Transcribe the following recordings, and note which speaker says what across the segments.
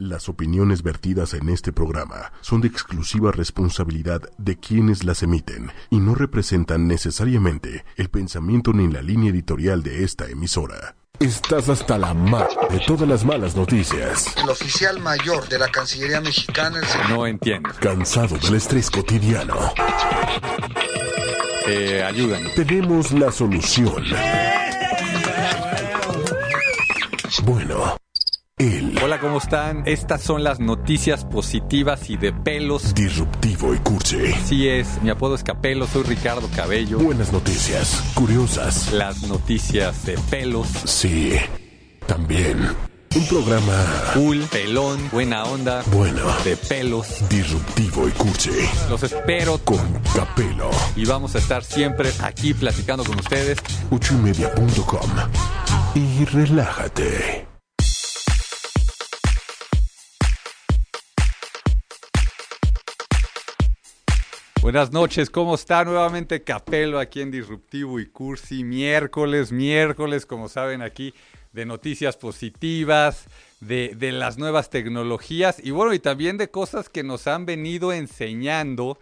Speaker 1: Las opiniones vertidas en este programa son de exclusiva responsabilidad de quienes las emiten y no representan necesariamente el pensamiento ni la línea editorial de esta emisora.
Speaker 2: Estás hasta la mar de todas las malas noticias.
Speaker 3: El oficial mayor de la Cancillería Mexicana, el señor-
Speaker 4: No entiendo.
Speaker 2: Cansado del estrés cotidiano,
Speaker 4: Eh, ayúdame.
Speaker 2: tenemos la solución. Bueno, el
Speaker 4: Hola, ¿cómo están? Estas son las noticias positivas y de pelos.
Speaker 2: disruptivo y cursi.
Speaker 4: Así es, mi apodo es Capelo, soy Ricardo Cabello.
Speaker 2: Buenas noticias, curiosas,
Speaker 4: Las noticias de pelos.
Speaker 2: sí, también. Un programa
Speaker 4: Cool, pelón, buena onda,
Speaker 2: bueno,
Speaker 4: de pelos.
Speaker 2: disruptivo y cursi.
Speaker 4: Los espero
Speaker 2: Con capelo,
Speaker 4: y vamos a estar siempre aquí platicando con ustedes.
Speaker 2: ochoymedia.com. Y relájate.
Speaker 4: Buenas noches, ¿cómo está? Nuevamente Capelo aquí en Disruptivo y Cursi, miércoles, miércoles, como saben aquí, de noticias positivas, de, de las nuevas tecnologías y bueno, y también de cosas que nos han venido enseñando,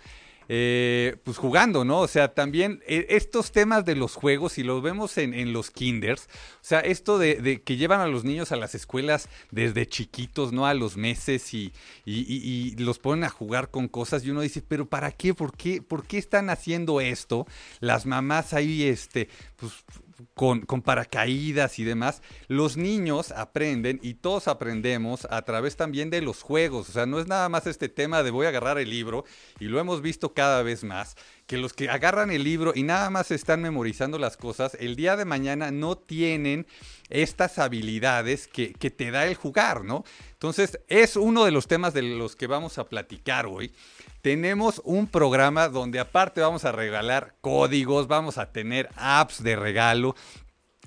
Speaker 4: eh, pues jugando, ¿no? O sea, también eh, estos temas de los juegos, si los vemos en, en los kinders, o sea, esto de, de que llevan a los niños a las escuelas desde chiquitos, ¿no? A los meses y, y- y- y los ponen a jugar con cosas y uno dice, pero ¿para qué? ¿Por qué? ¿Por qué están haciendo esto? Las mamás ahí, este, pues con, con paracaídas y demás, los niños aprenden y todos aprendemos a través también de los juegos. O sea, no es nada más este tema de voy a agarrar el libro y lo hemos visto cada vez más, que los que agarran el libro y nada más están memorizando las cosas, el día de mañana no tienen estas habilidades que, que te da el jugar, ¿no? Entonces, es uno de los temas de los que vamos a platicar hoy. Tenemos un programa donde aparte vamos a regalar códigos, vamos a tener apps de regalo.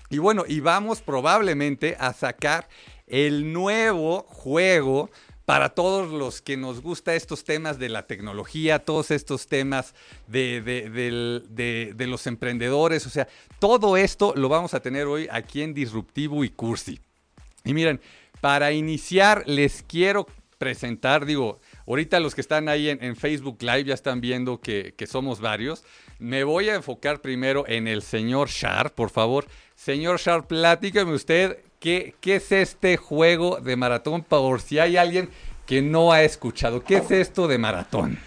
Speaker 4: Y bueno, y vamos probablemente a sacar el nuevo juego para todos los que nos gusta estos temas de la tecnología, todos estos temas de, de- del- de- de los emprendedores. O sea, todo esto lo vamos a tener hoy aquí en Disruptivo y Cursi. Y miren, para iniciar les quiero presentar, digo, ahorita los que están ahí en, en Facebook Live ya están viendo que, que somos varios. Me voy a enfocar primero en el señor Shar, por favor. Señor Shar, platíqueme usted qué, qué es este juego de maratón, por si hay alguien que no ha escuchado. ¿Qué es esto de maratón?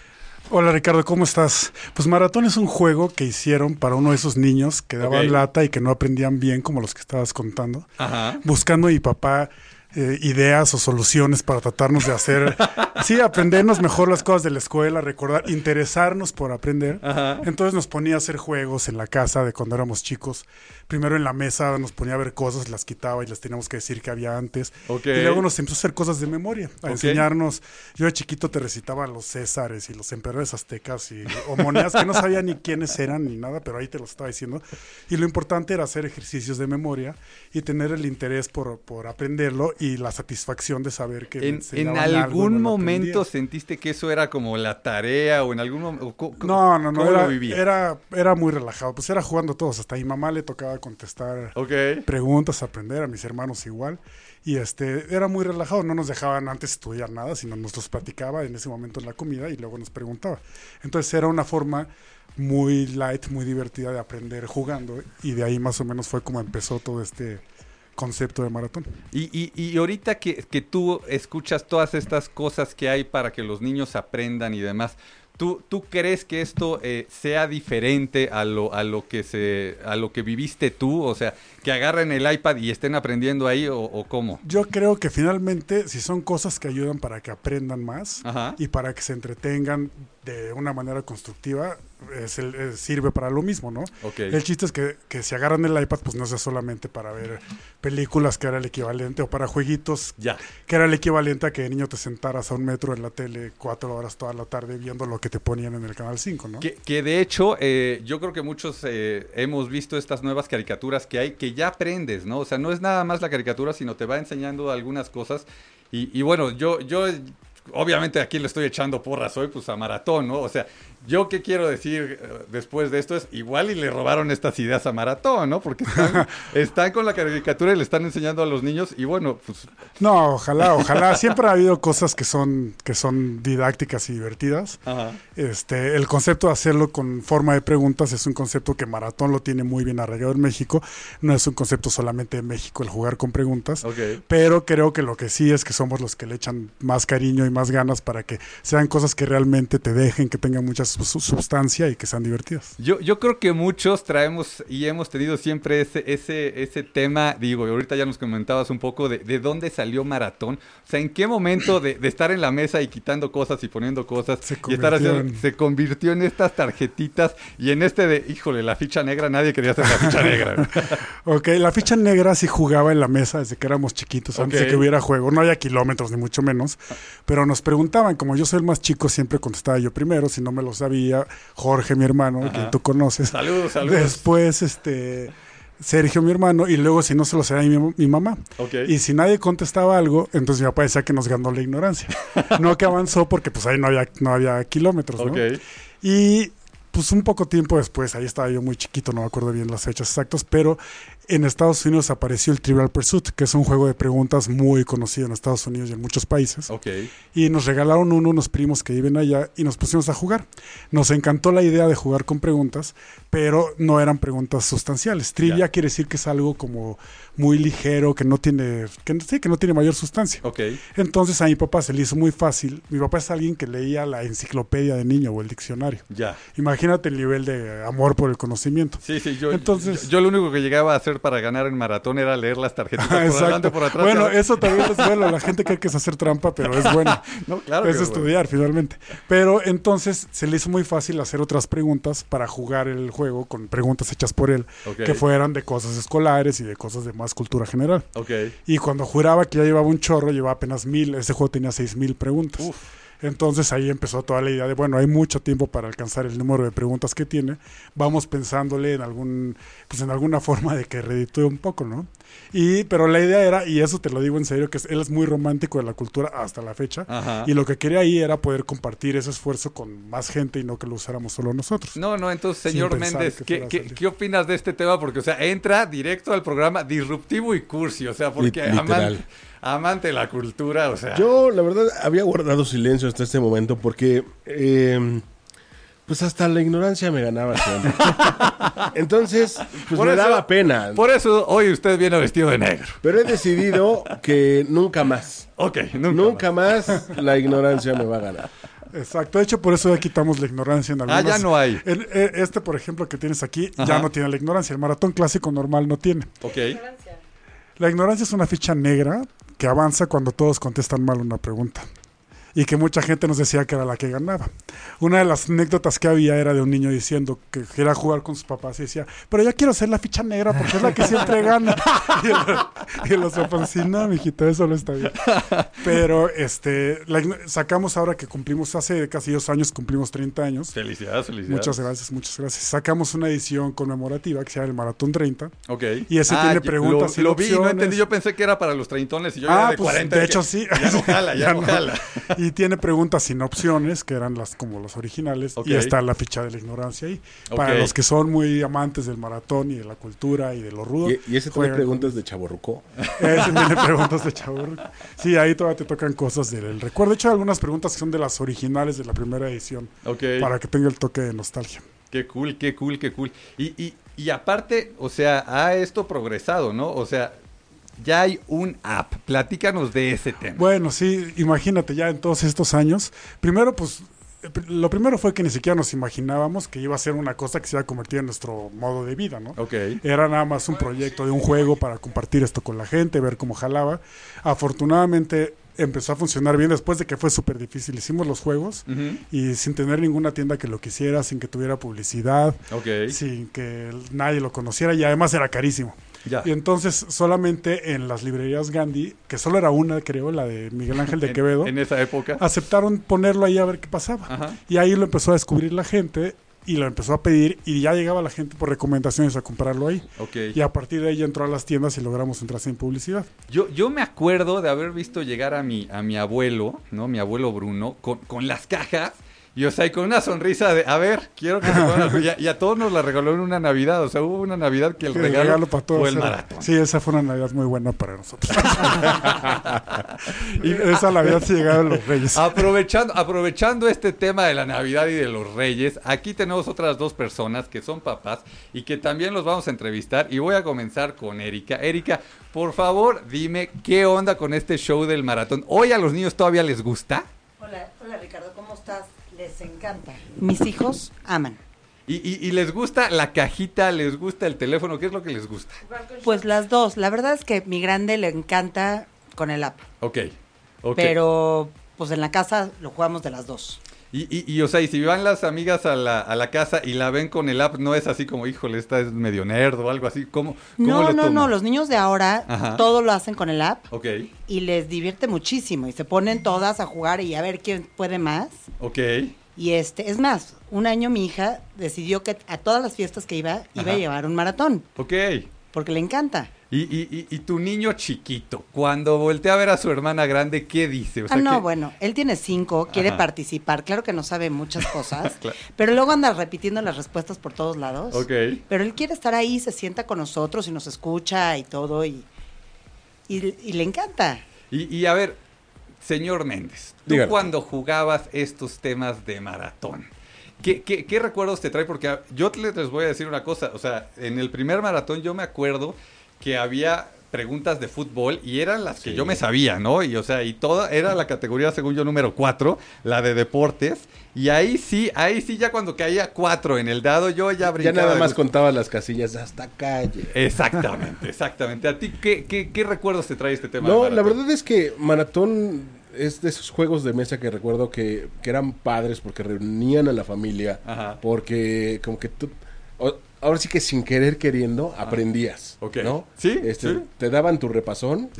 Speaker 5: Hola Ricardo, ¿cómo estás? Pues Maratón es un juego que hicieron para uno de esos niños que daban
Speaker 4: Ok. Ah.
Speaker 5: lata y que no aprendían bien como los que estabas contando,
Speaker 4: Ajá.
Speaker 5: buscando mi papá eh, ideas o soluciones para tratarnos de hacer, sí, aprendernos mejor las cosas de la escuela, recordar, interesarnos por aprender.
Speaker 4: Ajá.
Speaker 5: Entonces nos ponía a hacer juegos en la casa de cuando éramos chicos. Primero en la mesa nos ponía a ver cosas, las quitaba y las teníamos que decir que había antes.
Speaker 4: Ok.
Speaker 5: Y luego nos empezó a hacer cosas de memoria, a
Speaker 4: Ok.
Speaker 5: enseñarnos. Yo de chiquito te recitaba los Césares y los emperadores aztecas y o monedas que no sabía ni quiénes eran ni nada, pero ahí te lo estaba diciendo. Y lo importante era hacer ejercicios de memoria y tener el interés por, por aprenderlo y la satisfacción de saber que me
Speaker 4: ¿En, en
Speaker 5: enseñaban algo y
Speaker 4: algún
Speaker 5: no lo
Speaker 4: momento
Speaker 5: aprendía.
Speaker 4: sentiste que eso era como la tarea o en algún momento?
Speaker 5: No, no, no,
Speaker 4: ¿Cómo lo
Speaker 5: era,
Speaker 4: vivías?
Speaker 5: era, era muy relajado. Pues era jugando todos, hasta a mi mamá le tocaba contestar
Speaker 4: Ok.
Speaker 5: preguntas, aprender, a mis hermanos igual. Y este, era muy relajado, no nos dejaban antes estudiar nada, sino nos los platicaba en ese momento en la comida y luego nos preguntaba. Entonces era una forma muy light, muy divertida de aprender jugando y de ahí más o menos fue como empezó todo este concepto de maratón.
Speaker 4: Y, y- y ahorita que, que tú escuchas todas estas cosas que hay para que los niños aprendan y demás, ¿tú, tú crees que esto eh, sea diferente a lo, a, lo que se, a lo que viviste tú? O sea, que agarren el iPad y estén aprendiendo ahí o, o cómo.
Speaker 5: Yo creo que finalmente si son cosas que ayudan para que aprendan más
Speaker 4: Ajá.
Speaker 5: y para que se entretengan de una manera constructiva, es el- eh, sirve para lo mismo, ¿no?
Speaker 4: Ok.
Speaker 5: El chiste es que, que si agarran el iPad, pues no sea solamente para ver películas, que era el equivalente, o para jueguitos,
Speaker 4: Ya.
Speaker 5: que era el equivalente a que de niño te sentaras a un metro en la tele cuatro horas toda la tarde viendo lo que te ponían en el Canal 5, ¿no?
Speaker 4: Que, que de hecho, eh, yo creo que muchos eh, hemos visto estas nuevas caricaturas que hay, que ya aprendes, ¿no? O sea, no es nada más la caricatura, sino te va enseñando algunas cosas. Y, y bueno, yo, yo obviamente aquí le estoy echando porras hoy, pues a Maratón, ¿no? O sea, yo qué quiero decir eh, después de esto es, igual y le robaron estas ideas a Maratón, ¿no? Porque están, están con la caricatura y le están enseñando a los niños y bueno, pues
Speaker 5: No, ojalá, ojalá. Siempre ha habido cosas que son, que son didácticas y divertidas.
Speaker 4: Ajá.
Speaker 5: Este, el concepto de hacerlo con forma de preguntas es un concepto que Maratón lo tiene muy bien arreglado en México. No es un concepto solamente de México el jugar con preguntas.
Speaker 4: Ok.
Speaker 5: Pero creo que lo que sí es que somos los que le echan más cariño y más ganas para que sean cosas que realmente te dejen, que tengan mucha su- su- sustancia y que sean divertidas.
Speaker 4: Yo, yo creo que muchos traemos y hemos tenido siempre ese, ese, ese tema, digo, y ahorita ya nos comentabas un poco de, de dónde salió Maratón, o sea, en qué momento de, de estar en la mesa y quitando cosas y poniendo cosas
Speaker 5: Se
Speaker 4: y estar haciendo-
Speaker 5: convirtió en-
Speaker 4: se convirtió en estas tarjetitas y en este de, híjole, la ficha negra, nadie quería hacer la ficha negra.
Speaker 5: Ok, la ficha negra sí jugaba en la mesa desde que éramos chiquitos, antes
Speaker 4: Ok.
Speaker 5: de que hubiera juego. No había kilómetros, ni mucho menos. Pero nos preguntaban, como yo soy el más chico, siempre contestaba yo primero, si no me lo sabía. Jorge, mi hermano, que tú conoces.
Speaker 4: Saludos, saludos.
Speaker 5: Después, este. Sergio, mi hermano, y luego si no se lo sabía mi, mi mamá.
Speaker 4: Ok.
Speaker 5: Y si nadie contestaba algo, entonces mi papá decía que nos ganó la ignorancia. No que avanzó porque pues ahí no había, no había kilómetros, ¿no?
Speaker 4: ok,
Speaker 5: Y pues un poco tiempo después, ahí estaba yo muy chiquito, no me acuerdo bien las fechas exactas, pero en Estados Unidos apareció el Trivial Pursuit, que es un juego de preguntas muy conocido en Estados Unidos y en muchos países.
Speaker 4: ok.
Speaker 5: Y nos regalaron uno unos primos que viven allá y nos pusimos a jugar. Nos encantó la idea de jugar con preguntas, pero no eran preguntas sustanciales. Trivia
Speaker 4: Ya.
Speaker 5: quiere decir que es algo como muy ligero, que no tiene, que, sí, que no tiene mayor sustancia.
Speaker 4: Ok,
Speaker 5: Entonces a mi papá se le hizo muy fácil. Mi papá es alguien que leía la enciclopedia de niño o el diccionario.
Speaker 4: ya.
Speaker 5: Imagínate el nivel de amor por el conocimiento.
Speaker 4: Sí, sí, yo,
Speaker 5: Entonces-
Speaker 4: yo, yo lo único que llegaba a hacer para ganar en maratón era leer las tarjetitas por adelante, por atrás.
Speaker 5: Ah, bueno,
Speaker 4: ya-
Speaker 5: eso también es bueno. La gente cree que es hacer trampa, pero es bueno.
Speaker 4: No, claro
Speaker 5: es
Speaker 4: que es bueno.
Speaker 5: estudiar, finalmente. Pero entonces se le hizo muy fácil hacer otras preguntas para jugar el juego con preguntas hechas por él,
Speaker 4: Ok.
Speaker 5: que fueran de cosas escolares y de cosas de más cultura general.
Speaker 4: Ok,
Speaker 5: Y cuando juraba que ya llevaba un chorro, llevaba apenas mil. Ese juego tenía seis mil preguntas.
Speaker 4: Uf.
Speaker 5: Entonces ahí empezó toda la idea de, bueno, hay mucho tiempo para alcanzar el número de preguntas que tiene. Vamos pensándole en algún, pues en alguna forma de que reditúe un poco, ¿no? Y, pero la idea era, y eso te lo digo en serio, que es- él es muy romántico de la cultura hasta la fecha.
Speaker 4: ajá.
Speaker 5: Y lo que quería ahí era poder compartir ese esfuerzo con más gente y no que lo usáramos solo nosotros.
Speaker 4: No, no, entonces,
Speaker 5: Sin
Speaker 4: señor
Speaker 5: pensar
Speaker 4: Méndez,
Speaker 5: que
Speaker 4: ¿qué,
Speaker 5: fuera a
Speaker 4: qué-
Speaker 5: salir.
Speaker 4: qué opinas de este tema? Porque, o sea, entra directo al programa disruptivo y cursi, o sea, porque
Speaker 2: Lit- literal.
Speaker 4: amante, amante de la cultura, o sea.
Speaker 2: Yo, la verdad, había guardado silencio hasta este momento porque, eh, pues hasta la ignorancia me ganaba siempre. Entonces, pues
Speaker 4: Por
Speaker 2: me
Speaker 4: eso-
Speaker 2: daba pena.
Speaker 4: Por eso hoy usted viene vestido de negro.
Speaker 2: Pero he decidido que nunca más,
Speaker 4: Ok, nunca.
Speaker 2: nunca más la ignorancia me va a ganar.
Speaker 5: Exacto, de hecho por eso ya quitamos la ignorancia en
Speaker 4: Ah,
Speaker 5: algunas.
Speaker 4: ya no hay.
Speaker 5: El- e- este, por ejemplo, que tienes aquí,
Speaker 4: Ajá.
Speaker 5: ya no tiene la ignorancia. El maratón clásico normal no tiene.
Speaker 4: Ok,
Speaker 5: La ignorancia es una ficha negra que avanza cuando todos contestan mal una pregunta. Y que mucha gente nos decía que era la que ganaba. Una de las anécdotas que había era de un niño diciendo que quería jugar con sus papás y decía, pero yo quiero ser la ficha negra porque es la que siempre gana. Y, el- y los papás, sí, no, mijito, eso no está bien. Pero este, la igno- sacamos ahora que cumplimos, hace casi dos años cumplimos 30 años.
Speaker 4: felicidades, felicidades.
Speaker 5: Muchas gracias, muchas gracias. Sacamos una edición conmemorativa que se llama el Maratón 30.
Speaker 4: Ok.
Speaker 5: Y ese tiene
Speaker 4: yo-
Speaker 5: preguntas y
Speaker 4: Lo, lo vi, no
Speaker 5: opciones.
Speaker 4: entendí. Yo pensé que era para los treintones y yo era de 40.
Speaker 5: Ah, pues, de
Speaker 4: que-
Speaker 5: hecho sí.
Speaker 4: Ya no jala, ya, no jala.
Speaker 5: Y tiene preguntas sin opciones, que eran las como las originales,
Speaker 4: Ok.
Speaker 5: y está la ficha de la ignorancia ahí. Para
Speaker 4: Ok.
Speaker 5: los que son muy amantes del maratón y de la cultura y de lo rudo.
Speaker 2: Y, y ese tiene
Speaker 5: juegan-
Speaker 2: preguntas de chaborruco.
Speaker 5: Ese tiene preguntas de chabón. Sí, ahí todavía te tocan cosas del recuerdo. De hecho, hay algunas preguntas que son de las originales de la primera edición,
Speaker 4: Ok.
Speaker 5: para que tenga el toque de nostalgia.
Speaker 4: Qué cool, qué cool, qué cool. Y, y, y aparte, o sea, ha esto progresado, ¿no? O sea, ya hay un app. Platícanos de ese tema.
Speaker 5: Bueno, sí, imagínate ya en todos estos años. Primero, pues, eh, pr- lo primero fue que ni siquiera nos imaginábamos que iba a ser una cosa que se iba a convertir en nuestro modo de vida, ¿no?
Speaker 4: ok.
Speaker 5: Era nada más un proyecto de un juego para compartir esto con la gente, ver cómo jalaba. Afortunadamente empezó a funcionar bien después de que fue súper difícil. Hicimos los juegos
Speaker 4: Ujú.
Speaker 5: y sin tener ninguna tienda que lo quisiera, sin que tuviera publicidad,
Speaker 4: Ok.
Speaker 5: sin que nadie lo conociera y además era carísimo.
Speaker 4: Ya.
Speaker 5: Y entonces solamente en las librerías Gandhi, que solo era una, creo, la de Miguel Ángel de
Speaker 4: En-
Speaker 5: Quevedo,
Speaker 4: En, esa época.
Speaker 5: aceptaron ponerlo ahí a ver qué pasaba.
Speaker 4: Ajá.
Speaker 5: Y ahí lo empezó a descubrir la gente y lo empezó a pedir y ya llegaba la gente por recomendaciones a comprarlo ahí.
Speaker 4: Ok.
Speaker 5: Y a partir de ahí ya entró a las tiendas y logramos entrar sin publicidad.
Speaker 4: Yo, yo me acuerdo de haber visto llegar a mi, a mi abuelo, ¿no? Mi abuelo Bruno, con, con las cajas. Y o sea, y con una sonrisa de, a ver, quiero que se pongan. Y a, y a todos nos la regaló en una Navidad. O sea, hubo una Navidad que el
Speaker 5: Sí,
Speaker 4: regalo,
Speaker 5: para todos
Speaker 4: fue el
Speaker 5: era-
Speaker 4: maratón.
Speaker 5: Sí, esa fue una Navidad muy buena para nosotros. y esa Navidad se llegaron los reyes.
Speaker 4: Ah, Aprovechando, aprovechando este tema de la Navidad y de los Reyes, aquí tenemos otras dos personas que son papás y que también los vamos a entrevistar. Y voy a comenzar con Erika. Erika, por favor, dime qué onda con este show del maratón. ¿Hoy a los niños todavía les gusta?
Speaker 6: Hola, hola Ricardo, ¿cómo estás? Les encanta. Mis hijos aman.
Speaker 4: Y, y- y les gusta la cajita, les gusta el teléfono, ¿qué es lo que les gusta?
Speaker 6: Pues las dos. La verdad es que mi grande le encanta con el app.
Speaker 4: Ok, ok.
Speaker 6: Pero pues en la casa lo jugamos de las dos.
Speaker 4: Y, y- y, o sea, y si van las amigas a la, a la casa y la ven con el app, no es así como, híjole, esta es medio nerd o algo así. ¿Cómo, cómo
Speaker 6: No,
Speaker 4: lo
Speaker 6: no, no.
Speaker 4: toman?
Speaker 6: Los niños de ahora
Speaker 4: Ajá.
Speaker 6: todo lo hacen con el app
Speaker 4: Ok,
Speaker 6: y les divierte muchísimo. Y se ponen todas a jugar y a ver quién puede más.
Speaker 4: ok.
Speaker 6: Y este, es más, un año mi hija decidió que a todas las fiestas que iba, iba
Speaker 4: Ajá.
Speaker 6: a llevar un maratón.
Speaker 4: Ok.
Speaker 6: Porque le encanta.
Speaker 4: Y, y- y- y tu niño chiquito, cuando voltea a ver a su hermana grande, ¿qué dice? O sea,
Speaker 6: ah, no,
Speaker 4: ¿qué-
Speaker 6: bueno, él tiene cinco, quiere
Speaker 4: Ajá.
Speaker 6: participar, claro que no sabe muchas cosas,
Speaker 4: Claro.
Speaker 6: pero luego anda repitiendo las respuestas por todos lados.
Speaker 4: Ok.
Speaker 6: Pero él quiere estar ahí, se sienta con nosotros y nos escucha y todo, y, y, y le encanta.
Speaker 4: Y, y a ver, señor Méndez, tú
Speaker 2: Dígalo.
Speaker 4: cuando jugabas estos temas de maratón, ¿qué, qué, qué recuerdos te trae? Porque a- yo te- les voy a decir una cosa, o sea, en el primer maratón yo me acuerdo que había preguntas de fútbol y eran las que yo me sabía, ¿no? Y o sea, y toda era la categoría según yo número 4, la de deportes, y ahí sí, ahí sí ya cuando caía 4 en el dado yo ya
Speaker 2: Ya
Speaker 4: brincaba.
Speaker 2: nada
Speaker 4: de
Speaker 2: más
Speaker 4: gusto.
Speaker 2: contaba las casillas hasta calle.
Speaker 4: Exactamente, exactamente. ¿A ti qué, qué, qué recuerdos te trae este tema?
Speaker 2: No,
Speaker 4: del
Speaker 2: la
Speaker 4: maratón?
Speaker 2: verdad es que Maratón es de esos juegos de mesa que recuerdo que, que eran padres porque reunían a la familia,
Speaker 4: Ajá.
Speaker 2: porque como que tú... o- Ahora sí que sin querer queriendo aprendías,
Speaker 4: Ok.
Speaker 2: ¿no?
Speaker 4: Sí,
Speaker 2: Este,
Speaker 4: sí.
Speaker 2: Te daban tu repasón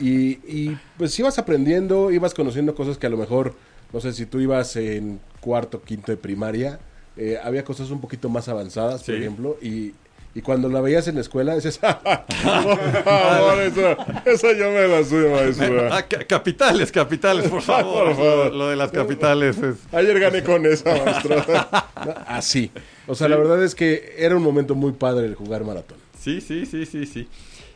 Speaker 2: y, y, pues ibas aprendiendo, ibas conociendo cosas que a lo mejor, no sé, si tú ibas en cuarto, quinto de primaria, eh, había cosas un poquito más avanzadas, por
Speaker 4: Sí.
Speaker 2: ejemplo, y, y cuando la veías en la escuela decías, por favor, eso, eso yo me la subo, maestra.
Speaker 4: Ah, ca- capitales, capitales, por favor.
Speaker 2: Por favor.
Speaker 4: Lo, lo de las capitales es.
Speaker 2: Ayer gané con esa, maestro. Así. O sea, la verdad es que era un momento muy padre el jugar maratón.
Speaker 4: Sí, sí, sí, sí, sí.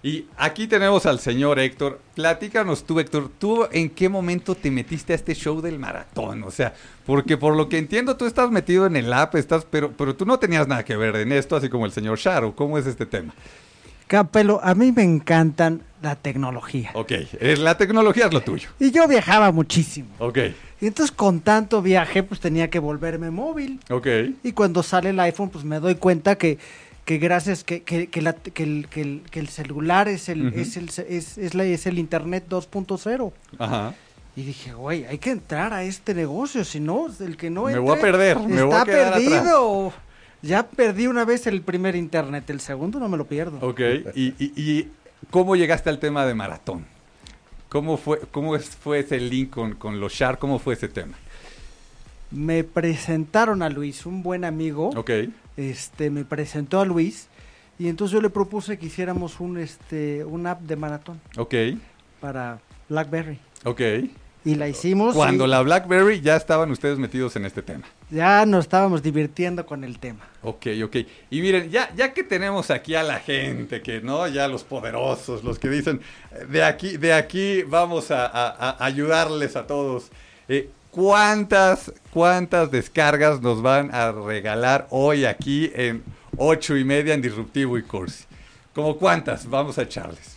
Speaker 4: Y aquí tenemos al señor Héctor. Platícanos tú, Héctor, ¿tú en qué momento te metiste a este show del maratón? O sea, porque por lo que entiendo tú estás metido en el app, estás, pero, pero tú no tenías nada que ver en esto, así como el señor Sharo. ¿Cómo es este tema?
Speaker 7: Capelo, a mí me encantan la tecnología.
Speaker 4: Ok, eh, la tecnología es lo tuyo.
Speaker 7: Y yo viajaba muchísimo.
Speaker 4: Ok,
Speaker 7: Y entonces con tanto viaje, pues tenía que volverme móvil.
Speaker 4: ok.
Speaker 7: Y cuando sale el iPhone, pues me doy cuenta que, que gracias que, que, que la- que el, que el- que el celular es el,
Speaker 4: Ujú.
Speaker 7: es el, es, es la- es el Internet 2.0.
Speaker 4: Ajá.
Speaker 7: Y dije, güey, hay que entrar a este negocio, si no, el que no
Speaker 4: Me
Speaker 7: entre...
Speaker 4: voy a perder,
Speaker 7: Está
Speaker 4: me voy a quedar atrás".
Speaker 7: perdido. Ya perdí una vez el primer Internet, el segundo no me lo pierdo.
Speaker 4: Ok, y, y- y cómo llegaste al tema de maratón? ¿Cómo fue, cómo es- fue ese link con, con los Shar? ¿Cómo fue ese tema?
Speaker 7: Me presentaron a Luis, un buen amigo.
Speaker 4: Ok,
Speaker 7: este me presentó a Luis y entonces yo le propuse que hiciéramos un este un app de maratón
Speaker 4: ok,
Speaker 7: para BlackBerry
Speaker 4: ok.
Speaker 7: y la hicimos
Speaker 4: Cuando
Speaker 7: y
Speaker 4: la BlackBerry ya estaban ustedes metidos en este tema.
Speaker 7: ya nos estábamos divirtiendo con el tema.
Speaker 4: Ok, ok. Y miren, ya, ya que tenemos aquí a la gente, que no, ya los poderosos, los que dicen, eh, de aquí, de aquí vamos a, a- a ayudarles a todos. Eh, ¿Cuántas, cuántas descargas nos van a regalar hoy aquí en ocho y media en Disruptivo y Cursi? ¿Cómo cuántas vamos a echarles?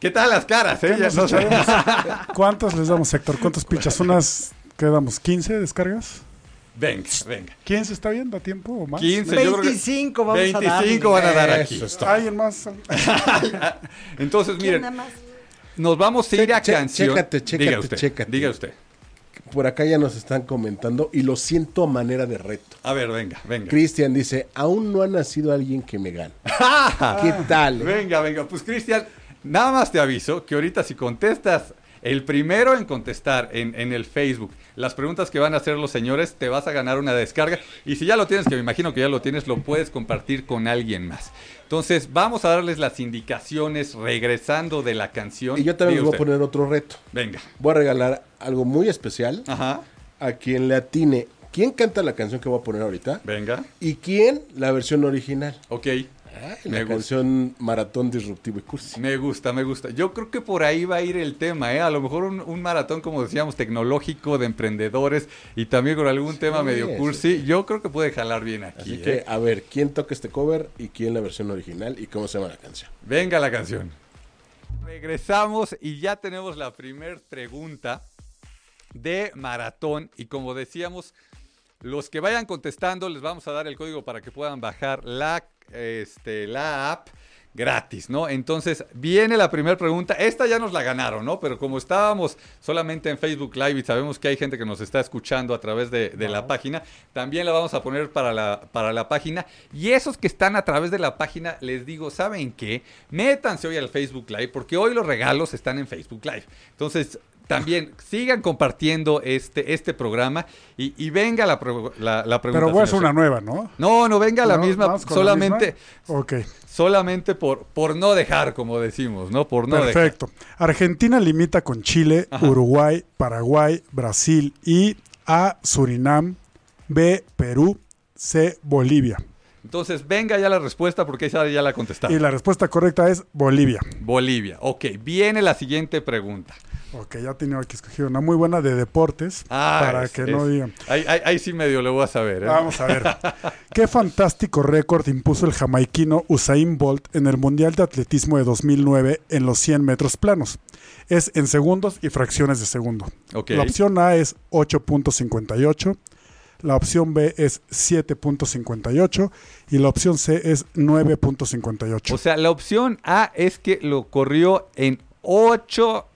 Speaker 4: ¿Qué tal las caras, eh?
Speaker 5: ¿Qué
Speaker 4: Ya
Speaker 5: nos
Speaker 4: no sé.
Speaker 5: echaremos? ¿Cuántas les damos, Héctor? ¿Cuántas pichas? ¿Unas, qué damos? ¿15 descargas?
Speaker 4: venga, venga.
Speaker 5: ¿15 está bien? ¿Da tiempo o más?
Speaker 4: 15, yo creo que
Speaker 7: 25 vamos a darle.
Speaker 4: 25 van a dar aquí.
Speaker 2: Eso es todo.
Speaker 5: ¿Alguien más?
Speaker 4: Entonces,
Speaker 6: ¿Quién
Speaker 4: miren,
Speaker 6: nada más?
Speaker 4: Nos vamos a ir
Speaker 2: Che-
Speaker 4: a
Speaker 2: che-
Speaker 4: canción.
Speaker 2: chécate,
Speaker 4: diga
Speaker 2: chécate,
Speaker 4: usted,
Speaker 2: chécate.
Speaker 4: Diga usted.
Speaker 2: Por acá ya nos están comentando y lo siento a manera de reto.
Speaker 4: A ver, venga, venga.
Speaker 2: Cristian dice, aún no ha nacido alguien que me gane. ¿Qué tal? eh?
Speaker 4: Venga, venga. Pues, Cristian, nada más te aviso que ahorita si contestas El primero en contestar en, en el Facebook las preguntas que van a hacer los señores, te vas a ganar una descarga. Y si ya lo tienes, que me imagino que ya lo tienes, lo puedes compartir con alguien más. Entonces, vamos a darles las indicaciones regresando de la canción.
Speaker 2: Y yo también
Speaker 4: Diga
Speaker 2: les voy a
Speaker 4: usted.
Speaker 2: poner otro reto.
Speaker 4: Venga.
Speaker 2: Voy a regalar algo muy especial
Speaker 4: Ajá.
Speaker 2: a quien le atine. ¿Quién canta la canción que voy a poner ahorita?
Speaker 4: Venga.
Speaker 2: ¿Y quién la versión original?
Speaker 4: Ok.
Speaker 2: La
Speaker 4: Me gusta.
Speaker 2: canción Maratón Disruptivo y Cursi.
Speaker 4: Me gusta, me gusta. Yo creo que por ahí va a ir el tema, ¿eh? A lo mejor un, un maratón, como decíamos, tecnológico, de emprendedores y también con algún tema medio
Speaker 2: sí,
Speaker 4: cursi. Yo creo que puede jalar bien aquí,
Speaker 2: Así que,
Speaker 4: ¿eh?
Speaker 2: a ver, ¿quién toca este cover y quién la versión original y cómo se llama la canción?
Speaker 4: Venga la canción. Regresamos y ya tenemos la primer pregunta de maratón. Y como decíamos, los que vayan contestando, les vamos a dar el código para que puedan bajar la, este, la app gratis, ¿no? Entonces, viene la primera pregunta. Esta ya nos la ganaron, ¿no? Pero como estábamos solamente en Facebook Live y sabemos que hay gente que nos está escuchando a través de, de la página, también la vamos a poner para la, para la página. Y esos que están a través de la página, les digo, ¿saben qué? Métanse hoy al Facebook Live, porque hoy los regalos están en Facebook Live. Entonces, también sigan compartiendo este, este programa y, y venga la, pro- la, la pregunta.
Speaker 5: Pero voy a hacer
Speaker 4: señor.
Speaker 5: una nueva, ¿no?
Speaker 4: No, no venga la
Speaker 5: ¿No?
Speaker 4: misma,
Speaker 5: ¿Vamos con la
Speaker 4: solamente,
Speaker 5: misma? Ok,
Speaker 4: solamente por, por no dejar, como decimos, ¿no? Por no dejar.
Speaker 5: perfecto. Argentina limita con Chile,
Speaker 4: Ajá.
Speaker 5: Uruguay, Paraguay, Brasil y A, Surinam, B, Perú, C, Bolivia.
Speaker 4: Entonces, venga ya la respuesta porque esa ya la contestaron.
Speaker 5: Y la respuesta correcta es Bolivia.
Speaker 4: Bolivia. Ok, viene la siguiente pregunta.
Speaker 5: Ok, ya tenía que escoger una muy buena de deportes
Speaker 4: Ah,
Speaker 5: para
Speaker 4: es-
Speaker 5: que
Speaker 4: es-
Speaker 5: no digan.
Speaker 4: Ahí, ahí- ahí sí medio lo voy a saber. ¿eh?
Speaker 5: Vamos a ver. ¿Qué fantástico récord impuso el jamaiquino Usain Bolt en el Mundial de Atletismo de 2009 en los 100 metros planos? Es en segundos y fracciones de segundo.
Speaker 4: Ok.
Speaker 5: La opción A es 8.58, la opción B es 7.58 y la opción C es 9.58.
Speaker 4: O sea, la opción A es que lo corrió en eh, 8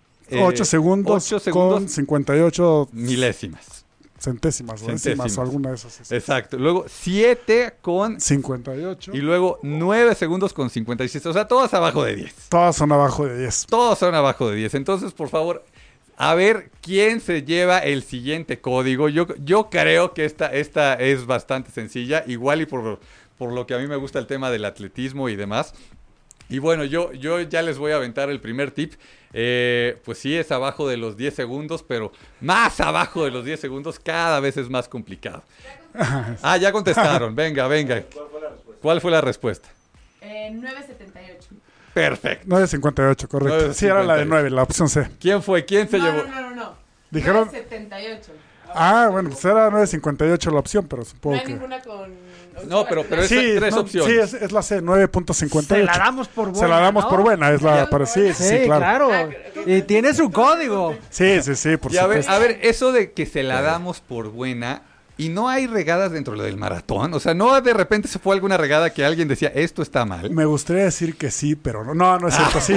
Speaker 5: 8 segundos, con 58
Speaker 4: milésimas.
Speaker 5: centésimas, o décimas
Speaker 4: Centésimas.
Speaker 5: o alguna de esas. es-
Speaker 4: Exacto. Luego 7 con
Speaker 5: 58.
Speaker 4: y luego 9 segundos con 56. O sea, todas abajo de 10.
Speaker 5: Todas son abajo de 10.
Speaker 4: Todos son abajo de 10. Entonces, por favor, a ver quién se lleva el siguiente código. Yo, yo creo que esta, esta es bastante sencilla. Igual y por, por lo que a mí me gusta el tema del atletismo y demás. Y bueno, yo, yo ya les voy a aventar el primer tip. Eh, pues sí, es abajo de los 10 segundos, pero más abajo de los 10 segundos cada vez es más complicado. Ah, ya contestaron. Venga, venga. ¿Cuál fue la respuesta?
Speaker 8: Eh, 978.
Speaker 4: Perfecto.
Speaker 5: 9.58, correcto.
Speaker 4: 9.58.
Speaker 5: Sí, era la de 9, la opción C.
Speaker 4: ¿Quién fue? ¿Quién se
Speaker 8: no,
Speaker 4: llevó?
Speaker 8: no, no, no, no.
Speaker 5: Dijeron-
Speaker 8: 978.
Speaker 5: Ah, bueno, pues era 9.58 la opción, pero
Speaker 8: No
Speaker 5: supongo
Speaker 8: hay
Speaker 5: que...
Speaker 8: ninguna con. ocho
Speaker 4: No, pero- pero
Speaker 8: variables.
Speaker 4: es- Esas tres
Speaker 5: no,
Speaker 4: opciones.
Speaker 5: sí, es, es la C, 9.58.
Speaker 7: Se la damos por buena.
Speaker 5: Se la damos
Speaker 7: ¿no?
Speaker 5: por buena, es la para sí,
Speaker 7: Sí,
Speaker 5: sí, claro.
Speaker 7: claro. Y tiene su código.
Speaker 5: Sí, sí, sí, por
Speaker 4: Y a ver,
Speaker 5: supuesto.
Speaker 4: a ver, eso de que se la damos por buena y no hay regadas dentro del maratón. O sea, no de repente se fue alguna regada que alguien decía, esto está mal.
Speaker 5: Me gustaría decir que sí, pero no, no, no es cierto. Sí,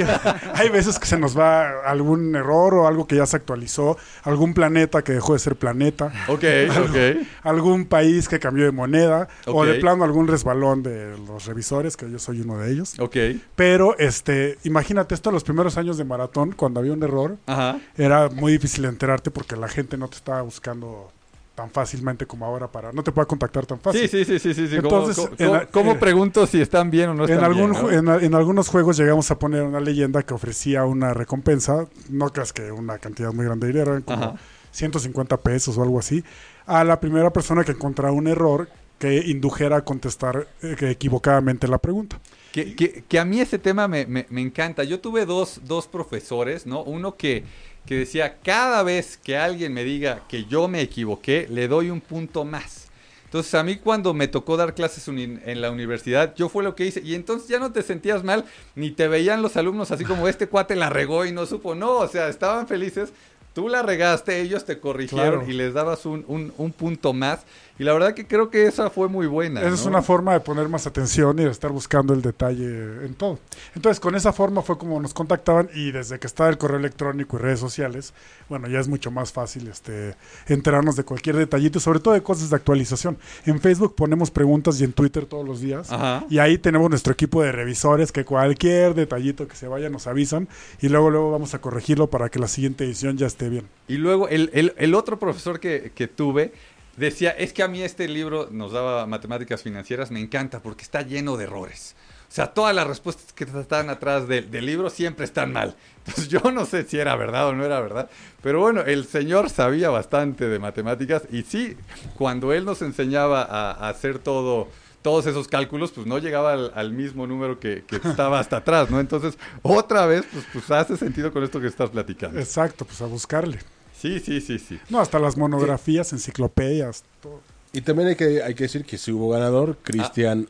Speaker 5: hay veces que se nos va algún error o algo que ya se actualizó, algún planeta que dejó de ser planeta,
Speaker 4: Ok, ok.
Speaker 5: algún país que cambió de moneda o
Speaker 4: Ok.
Speaker 5: de plano algún resbalón de los revisores, que yo soy uno de ellos.
Speaker 4: Ok.
Speaker 5: Pero este, imagínate esto en los primeros años de maratón, cuando había un error,
Speaker 4: Ajá.
Speaker 5: era muy difícil enterarte porque la gente no te estaba buscando tan fácilmente como ahora para no te pueda contactar tan
Speaker 4: Sí,
Speaker 5: fácil.
Speaker 4: sí, sí, sí, sí. sí.
Speaker 5: Entonces,
Speaker 4: ¿Cómo, cómo-
Speaker 5: en la-
Speaker 4: cómo
Speaker 5: eh,
Speaker 4: pregunto si están bien o no están
Speaker 5: En, algún,
Speaker 4: bien?
Speaker 5: ju-
Speaker 4: no?
Speaker 5: en, a- en algunos juegos llegamos a poner una leyenda que ofrecía una recompensa, no creas que una cantidad muy grande de dinero, eran como
Speaker 4: Ajá.
Speaker 5: 150 pesos o algo así, a la primera persona que encontrara un error que indujera a contestar eh, que equivocadamente la pregunta.
Speaker 4: Que, que- que a mí ese tema me, me- me encanta. Yo tuve dos, dos profesores, ¿no? Uno que, que decía, cada vez que alguien me diga que yo me equivoqué, le doy un punto más. Entonces a mí cuando me tocó dar clases uni- en la universidad, yo fue lo que hice. Y entonces ya no te sentías mal, ni te veían los alumnos así como este cuate la regó y no supo. No, o sea, estaban felices Tú la regaste, ellos te corrigieron
Speaker 5: Claro.
Speaker 4: y les dabas un, un- un punto más. Y la verdad que creo que esa fue muy buena.
Speaker 5: Esa es
Speaker 4: ¿no?
Speaker 5: una forma de poner más atención y de estar buscando el detalle en todo. Entonces, con esa forma fue como nos contactaban y desde que está el correo electrónico y redes sociales, bueno, ya es mucho más fácil este, enterarnos de cualquier detallito, sobre todo de cosas de actualización. En Facebook ponemos preguntas y en Twitter todos los días.
Speaker 4: Ajá.
Speaker 5: Y ahí tenemos nuestro equipo de revisores que cualquier detallito que se vaya nos avisan y luego luego vamos a corregirlo para que la siguiente edición ya esté bien.
Speaker 4: Y luego el, el- el otro profesor que, que tuve decía, es que a mí este libro nos daba matemáticas financieras, me encanta porque está lleno de errores. O sea, todas las respuestas que están atrás del, del libro siempre están mal. Entonces yo no sé si era verdad o no era verdad. Pero bueno, el señor sabía bastante de matemáticas y sí, cuando él nos enseñaba a, a hacer todo, todos esos cálculos, pues no llegaba al, al mismo número que, que estaba hasta atrás, ¿no? Entonces, otra vez, pues, pues hace sentido con esto que estás platicando.
Speaker 5: Exacto, pues a buscarle.
Speaker 4: Sí, sí, sí, sí.
Speaker 5: No, hasta las monografías, enciclopedias, todo.
Speaker 2: Y también hay que, hay que decir que sí hubo ganador, Christian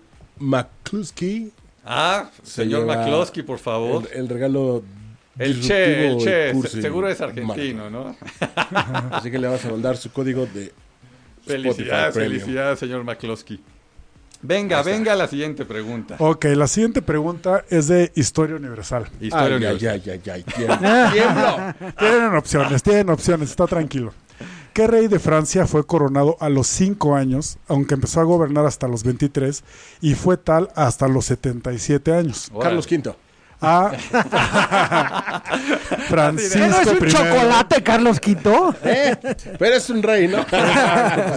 Speaker 2: McCluskey.
Speaker 4: Ah,
Speaker 2: Se
Speaker 4: señor
Speaker 2: lleva
Speaker 4: McCloskey, por favor.
Speaker 2: El, el regalo.
Speaker 4: El, che, el
Speaker 2: disruptivo
Speaker 4: che,
Speaker 2: y
Speaker 4: se-
Speaker 2: cursi.
Speaker 4: seguro es argentino, ¿no?
Speaker 2: Marca. Así que le vamos a mandar su código de
Speaker 4: Felicidades,
Speaker 2: Premium.
Speaker 4: felicidades, señor McCloskey. Venga, venga la siguiente pregunta.
Speaker 2: Oh,
Speaker 5: Ok, la siguiente pregunta es de historia universal.
Speaker 4: Historia
Speaker 2: Ay, ay,
Speaker 4: universal.
Speaker 2: ay, ay, ay, tiembla, tiembla.
Speaker 5: Tienen opciones, tienen opciones, está tranquilo. ¿Qué rey de Francia fue coronado a los 5 años, aunque empezó a gobernar hasta los 23 y fue tal hasta los 77 años?
Speaker 4: Órale.
Speaker 2: Carlos V.
Speaker 5: A Francisco
Speaker 7: ¿Qué no es un
Speaker 5: I.
Speaker 7: chocolate, Carlos Quito?
Speaker 2: Eh, pero es un rey, ¿no?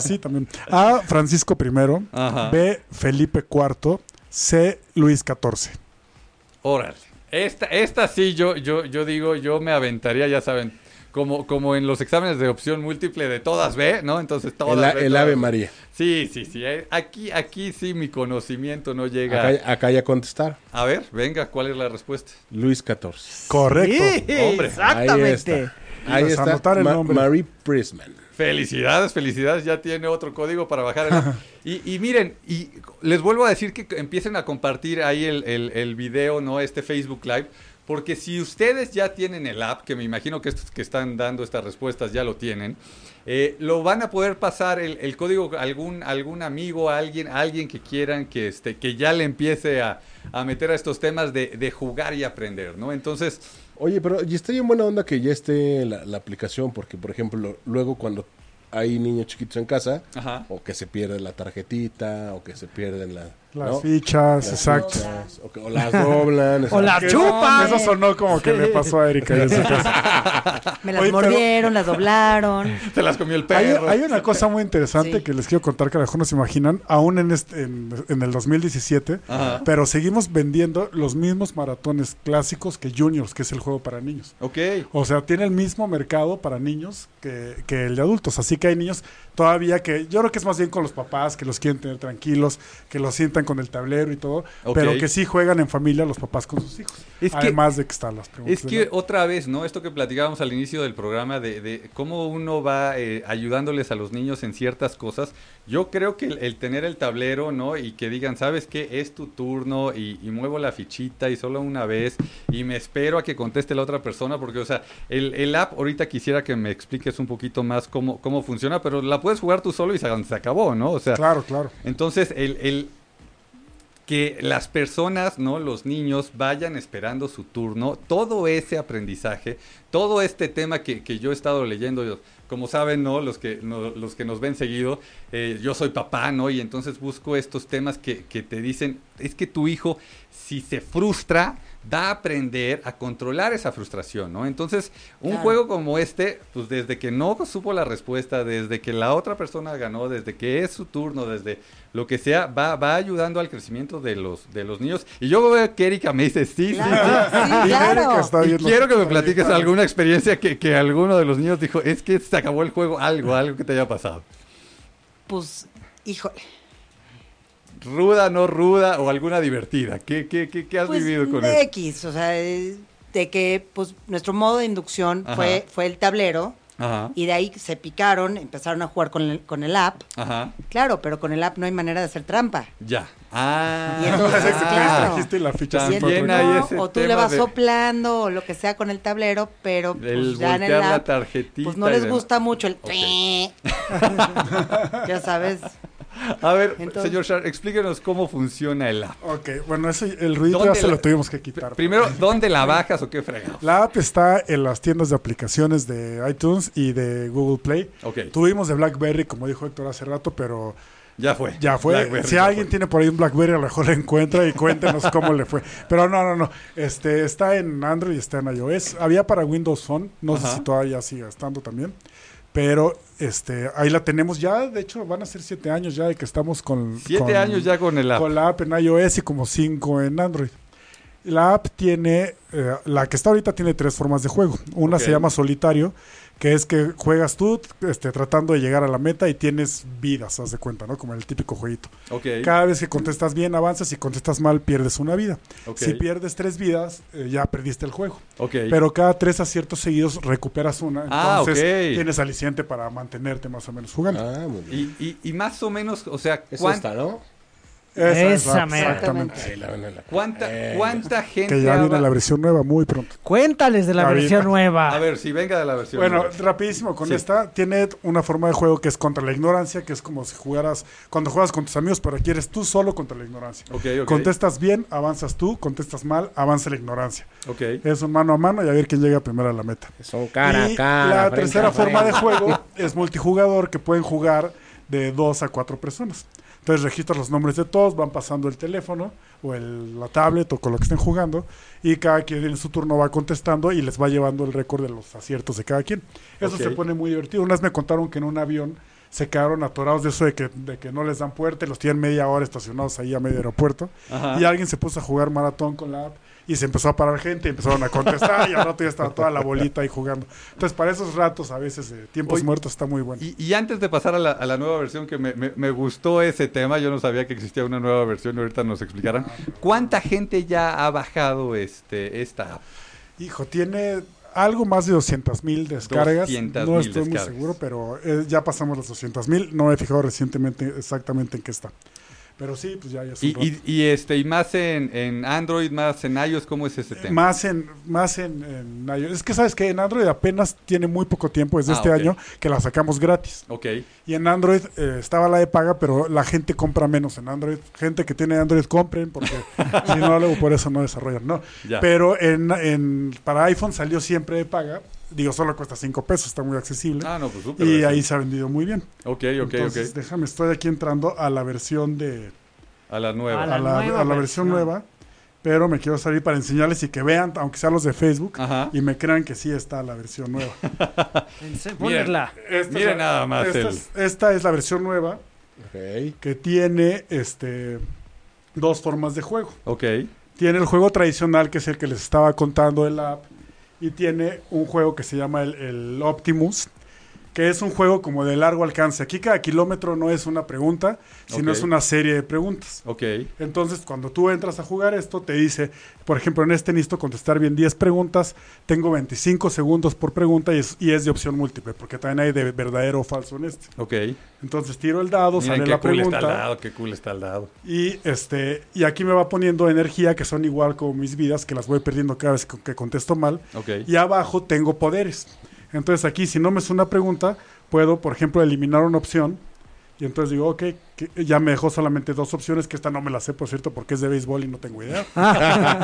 Speaker 5: Sí, también. A Francisco I,
Speaker 4: Ajá.
Speaker 5: B Felipe IV, C Luis XIV.
Speaker 4: Órale. Esta, esta sí, yo, yo, yo digo, yo me aventaría, ya saben, como, como en los exámenes de opción múltiple de todas B, ¿no? Entonces todas
Speaker 2: El, a-
Speaker 4: B,
Speaker 2: el
Speaker 4: todas
Speaker 2: Ave
Speaker 4: B.
Speaker 2: María.
Speaker 4: Sí, sí, sí. eh, Aquí, aquí sí mi conocimiento no llega.
Speaker 2: Acá, acá ya contestar.
Speaker 4: A ver, venga, ¿cuál es la respuesta?
Speaker 2: Luis XIV.
Speaker 5: Correcto.
Speaker 7: Sí,
Speaker 4: Hombre,
Speaker 2: Ahí
Speaker 7: exactamente.
Speaker 2: está. Ahí
Speaker 5: Ibas a
Speaker 2: está.
Speaker 5: anotar el
Speaker 2: Ma-
Speaker 5: nombre.
Speaker 2: Marie Prisman.
Speaker 4: Felicidades, felicidades, ya tiene otro código para bajar. el- Y, y miren, y les vuelvo a decir que empiecen a compartir ahí el, el- el video, ¿no? Este Facebook Live, porque si ustedes ya tienen el app, que me imagino que estos que están dando estas respuestas ya lo tienen, eh, lo van a poder pasar el, el código a algún, algún amigo, a alguien, a alguien que quieran que, este, que ya le empiece a, a meter a estos temas de, de jugar y aprender, ¿no? Entonces,
Speaker 2: Oye, pero y está bien buena onda que ya esté la, la aplicación, porque, por ejemplo, luego cuando hay niños chiquitos en casa,
Speaker 4: Ajá.
Speaker 2: o que se pierde la tarjetita, o que se pierden la,
Speaker 5: Las
Speaker 2: ¿no?
Speaker 5: fichas,
Speaker 2: Las
Speaker 5: exacto.
Speaker 2: fichas, o, que- o las doblan.
Speaker 7: O las
Speaker 2: exacto.
Speaker 7: chupan.
Speaker 5: Eso sonó como que le pasó a Erika. y a su casa.
Speaker 6: Me las
Speaker 5: Oye, pero-
Speaker 6: mordieron, las doblaron.
Speaker 4: se las comió el
Speaker 5: Hay,
Speaker 4: perro.
Speaker 5: hay una cosa muy interesante
Speaker 6: Sí.
Speaker 5: que les quiero contar que a lo mejor no se imaginan, aún en, este, en, en el 2017,
Speaker 4: Ajá.
Speaker 5: pero seguimos vendiendo los mismos maratones clásicos que Juniors, que es el juego para niños.
Speaker 4: Ok.
Speaker 5: O sea, tiene el mismo mercado para niños que, que el de adultos. Así que hay niños todavía que yo creo que es más bien con los papás, que los quieren tener tranquilos, que los sientan con el tablero y todo,
Speaker 4: Ok.
Speaker 5: pero que sí juegan en familia los papás con sus hijos.
Speaker 4: Es que-
Speaker 5: Además de que están las preguntas.
Speaker 4: Es
Speaker 5: de
Speaker 4: que
Speaker 5: la-
Speaker 4: otra vez, ¿no? Esto que platicábamos al inicio del programa de, de cómo uno va eh, ayudándoles a los niños en ciertas cosas. Yo creo que el, el tener el tablero, ¿no? Y que digan, ¿sabes qué? Es tu turno y, y muevo la fichita y solo una vez y me espero a que conteste la otra persona porque, o sea, el, el app ahorita quisiera que me expliques un poquito más cómo, cómo funciona, pero la puedes jugar tú solo y se, se acabó, ¿no? O sea,
Speaker 5: Claro, claro.
Speaker 4: entonces, el, el que las personas, ¿no? Los niños vayan esperando su turno, todo ese aprendizaje, todo este tema que, que yo he estado leyendo, yo- como saben, ¿no? Los que, no- los que nos ven seguido, eh, yo soy papá, ¿no? Y entonces busco estos temas que, que te dicen, es que tu hijo, si se frustra, va a aprender a controlar esa frustración, ¿no? Entonces, un
Speaker 6: Claro.
Speaker 4: juego como este, pues desde que no supo la respuesta, desde que la otra persona ganó, desde que es su turno, desde lo que sea, va, va ayudando al crecimiento de los, de los niños. Y yo veo que Erika me dice, sí, sí,
Speaker 6: Claro,
Speaker 4: sí.
Speaker 6: sí,
Speaker 5: Erika
Speaker 6: claro.
Speaker 5: está
Speaker 4: Y
Speaker 5: viendo-
Speaker 4: quiero que me platiques alguna experiencia que, que alguno de los niños dijo, es que se acabó el juego, algo, algo que te haya pasado.
Speaker 6: Pues, híjole.
Speaker 4: Ruda, no ruda, o alguna divertida. ¿Qué, qué, qué, qué has
Speaker 6: Pues,
Speaker 4: vivido con
Speaker 6: de
Speaker 4: eso?
Speaker 6: X, o sea, eh, de que pues nuestro modo de inducción
Speaker 4: Ajá.
Speaker 6: fue, fue el tablero
Speaker 4: Ajá.
Speaker 6: Y de ahí se picaron, empezaron a jugar con el, con el app.
Speaker 4: Ajá.
Speaker 6: Claro, pero con el app no hay manera de hacer trampa.
Speaker 4: Ya. Ah.
Speaker 6: Y entonces,
Speaker 5: Parece que te
Speaker 6: claro.
Speaker 5: distrajiste y Ah, la ficha se
Speaker 4: También
Speaker 6: Y
Speaker 5: fue
Speaker 6: el-
Speaker 5: otra
Speaker 4: hay
Speaker 6: no,
Speaker 4: ese
Speaker 6: o tú le
Speaker 4: tema
Speaker 6: vas
Speaker 4: de-
Speaker 6: soplando o lo que sea con el tablero, pero
Speaker 4: El
Speaker 6: pues, ya en el
Speaker 4: voltear la
Speaker 6: app,
Speaker 4: tarjetita
Speaker 6: pues no
Speaker 4: y
Speaker 6: les
Speaker 4: demás.
Speaker 6: gusta mucho el
Speaker 4: Ok.
Speaker 6: ya sabes.
Speaker 4: A ver,
Speaker 6: Entonces-
Speaker 4: señor Shar, explíquenos cómo funciona el app.
Speaker 5: Ok, bueno, ese, el ruido ya
Speaker 4: ¿Dónde
Speaker 5: se
Speaker 4: la-
Speaker 5: lo tuvimos que quitar.
Speaker 4: Primero, ¿dónde la bajas o qué fregado?
Speaker 5: La app está en las tiendas de aplicaciones de iTunes y de Google Play.
Speaker 4: Ok.
Speaker 5: Tuvimos de BlackBerry, como dijo Héctor hace rato, pero
Speaker 4: Ya fue.
Speaker 5: ya fue.
Speaker 4: Blackberry,
Speaker 5: si
Speaker 4: ya
Speaker 5: alguien
Speaker 4: fue.
Speaker 5: tiene por ahí un BlackBerry, a lo mejor lo encuentra y cuéntenos cómo le fue. Pero no, no, no. Este está en Android y está en iOS. Había para Windows Phone, no sé
Speaker 4: Ajá.
Speaker 5: si todavía sigue estando también. Pero este ahí la tenemos ya. De hecho, van a ser siete años ya de que estamos con.
Speaker 4: Siete
Speaker 5: con-
Speaker 4: años ya con el app.
Speaker 5: con la app en iOS y como 5 en Android. La app tiene, eh, la que está ahorita tiene tres formas de juego. Una
Speaker 4: Ok.
Speaker 5: se llama solitario, que es que juegas tú este, tratando de llegar a la meta y tienes vidas, haz de cuenta, ¿no? Como el típico jueguito.
Speaker 4: Ok.
Speaker 5: Cada vez que contestas bien avanzas, si contestas mal pierdes una vida.
Speaker 4: Ok.
Speaker 5: Si pierdes tres vidas, eh, ya perdiste el juego.
Speaker 4: ok.
Speaker 5: Pero cada tres aciertos seguidos recuperas una.
Speaker 4: Ah,
Speaker 5: Entonces
Speaker 4: ok.
Speaker 5: tienes aliciente para mantenerte más o menos jugando.
Speaker 2: Ah, muy bien.
Speaker 4: y, y, y más o menos, o sea,
Speaker 2: Eso
Speaker 4: ¿cuán-
Speaker 2: está, ¿no?
Speaker 5: es la
Speaker 7: Esa
Speaker 5: app,
Speaker 7: mera.
Speaker 5: Exactamente.
Speaker 2: Ahí la van a la-
Speaker 4: ¿cuánta,
Speaker 2: Eh,
Speaker 4: cuánta gente...
Speaker 5: Que ya viene
Speaker 4: habla-
Speaker 5: la versión nueva muy pronto.
Speaker 7: Cuéntales de la
Speaker 5: David.
Speaker 7: versión nueva.
Speaker 4: A ver, si venga de la versión.
Speaker 5: Bueno,
Speaker 4: nueva.
Speaker 5: rapidísimo con
Speaker 4: Sí.
Speaker 5: esta. Tiene una forma de juego que es contra la ignorancia, que es como si jugaras, cuando juegas con tus amigos, pero aquí eres tú solo contra la ignorancia.
Speaker 4: Ok, ok.
Speaker 5: Contestas bien, avanzas tú, contestas mal, avanza la ignorancia.
Speaker 4: Ok.
Speaker 5: Es un mano a mano y a ver quién llega primero a la meta.
Speaker 2: Son cara,
Speaker 5: y
Speaker 2: a cara.
Speaker 5: la
Speaker 2: frente
Speaker 5: tercera
Speaker 2: a
Speaker 5: forma de
Speaker 2: frente.
Speaker 5: juego es multijugador, que pueden jugar de dos a cuatro personas. Entonces registras los nombres de todos, van pasando el teléfono o el- la tablet o con lo que estén jugando y cada quien en su turno va contestando y les va llevando el récord de los aciertos de cada quien. Eso
Speaker 4: Ok.
Speaker 5: se pone muy divertido. Una vez me contaron que en un avión se quedaron atorados de eso de que, de que no les dan puerta y los tienen media hora estacionados ahí a medio aeropuerto
Speaker 4: Ajá.
Speaker 5: y alguien se puso a jugar maratón con la app y se empezó a parar gente y empezaron a contestar y al rato ya estaba toda la bolita ahí jugando. Entonces, para esos ratos a veces de tiempos
Speaker 4: Oye,
Speaker 5: muertos está muy bueno.
Speaker 4: Y, y antes de pasar a la, a la nueva versión, que me, me- me gustó ese tema, yo no sabía que existía una nueva versión y ahorita nos explicarán.
Speaker 5: Ah.
Speaker 4: ¿Cuánta gente ya ha bajado este esta app?
Speaker 5: Hijo, tiene algo más de 200 mil descargas.
Speaker 4: 200,000
Speaker 5: no
Speaker 4: descargas.
Speaker 5: estoy muy seguro, pero eh, ya pasamos las 200 mil. No me he fijado recientemente exactamente en qué está. Pero sí, pues ya, ya es un
Speaker 4: Y,
Speaker 5: rato.
Speaker 4: y- y, este, y más en, en Android, más en iOS, ¿cómo es ese
Speaker 5: Eh,
Speaker 4: tema?
Speaker 5: Más en, más en, en iOS. Es que sabes que en Android apenas tiene muy poco tiempo, desde
Speaker 4: Ah,
Speaker 5: este
Speaker 4: ok.
Speaker 5: año, que la sacamos gratis.
Speaker 4: Ok,
Speaker 5: Y en Android eh, estaba la de paga, pero la gente compra menos en Android. Gente que tiene Android compren, porque si no, luego por eso no desarrollan. No.
Speaker 4: Ya.
Speaker 5: Pero en, en- para iPhone salió siempre de paga. Digo, solo cuesta 5 pesos, está muy accesible.
Speaker 4: Ah, no, pues súper.
Speaker 5: y
Speaker 4: eso.
Speaker 5: ahí se ha vendido muy bien.
Speaker 4: Ok, ok,
Speaker 5: Entonces, este,
Speaker 4: ok.
Speaker 5: déjame, estoy aquí entrando a la versión de.
Speaker 4: A la nueva.
Speaker 7: A
Speaker 5: A la,
Speaker 7: nueva
Speaker 5: a la versión
Speaker 7: versión.
Speaker 5: nueva. Pero me quiero salir para enseñarles y que vean, aunque sean los de Facebook,
Speaker 4: Ajá.
Speaker 5: y me crean que sí está la versión nueva.
Speaker 7: Ense- Ponerla.
Speaker 5: Esta
Speaker 4: Miren
Speaker 5: es la-
Speaker 4: nada más
Speaker 5: Esta,
Speaker 4: el-
Speaker 5: es- esta es la versión nueva.
Speaker 2: Ok.
Speaker 5: que tiene este dos formas de juego.
Speaker 4: Ok,
Speaker 5: Tiene el juego tradicional, que es el que les estaba contando de la app, y tiene un juego que se llama el, el Optimus, que es un juego como de largo alcance. Aquí cada kilómetro no es una pregunta, sino
Speaker 4: Ok.
Speaker 5: es una serie de preguntas.
Speaker 4: ok.
Speaker 5: Entonces, cuando tú entras a jugar esto, te dice, por ejemplo, en este necesito contestar bien 10 preguntas, tengo 25 segundos por pregunta y es, y es de opción múltiple, porque también hay de verdadero o falso en este.
Speaker 4: Ok.
Speaker 5: Entonces, tiro el dado,
Speaker 4: Miren
Speaker 5: sale
Speaker 4: qué
Speaker 5: la
Speaker 4: cool
Speaker 5: pregunta.
Speaker 4: está al lado, qué cool está al lado.
Speaker 5: Y este y aquí me va poniendo energía que son igual como mis vidas, que las voy perdiendo cada vez que, que contesto mal.
Speaker 4: Ok.
Speaker 5: Y abajo tengo poderes. Entonces aquí, si no me es una pregunta, puedo, por ejemplo, eliminar una opción. Y entonces digo, ok, que ya me dejó solamente dos opciones, que esta no me la sé, por cierto, porque es de béisbol y no tengo idea.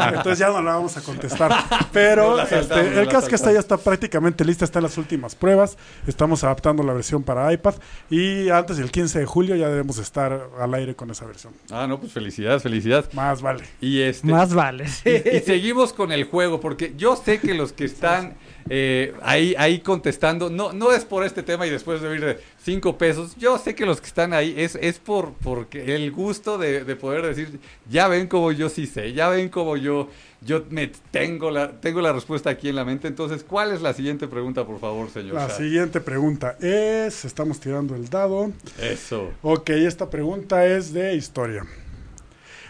Speaker 5: entonces ya no la vamos a contestar. Pero
Speaker 4: No la saltamos,
Speaker 5: este,
Speaker 4: no
Speaker 5: el
Speaker 4: la
Speaker 5: caso es que esta
Speaker 4: saltamos.
Speaker 5: ya está prácticamente lista, está en las últimas pruebas. Estamos adaptando la versión para iPad. Y antes del 15 de julio ya debemos estar al aire con esa versión.
Speaker 4: Ah, no, pues felicidades, felicidades.
Speaker 5: Más vale.
Speaker 4: Y este.
Speaker 7: Más vale. sí.
Speaker 4: Y, y seguimos con el juego, porque yo sé que los que están eh, ahí, ahí contestando, no, no es por este tema y después de oír de cinco pesos, yo sé que los que están ahí es, es por porque el gusto de, de poder decir, ya ven como yo sí sé, ya ven como yo, yo me tengo la, tengo la respuesta aquí en la mente. Entonces, ¿cuál es la siguiente pregunta, por favor, señor?
Speaker 5: La
Speaker 4: Shah?
Speaker 5: siguiente pregunta es, estamos tirando el dado.
Speaker 4: Eso.
Speaker 5: Ok, esta pregunta es de historia.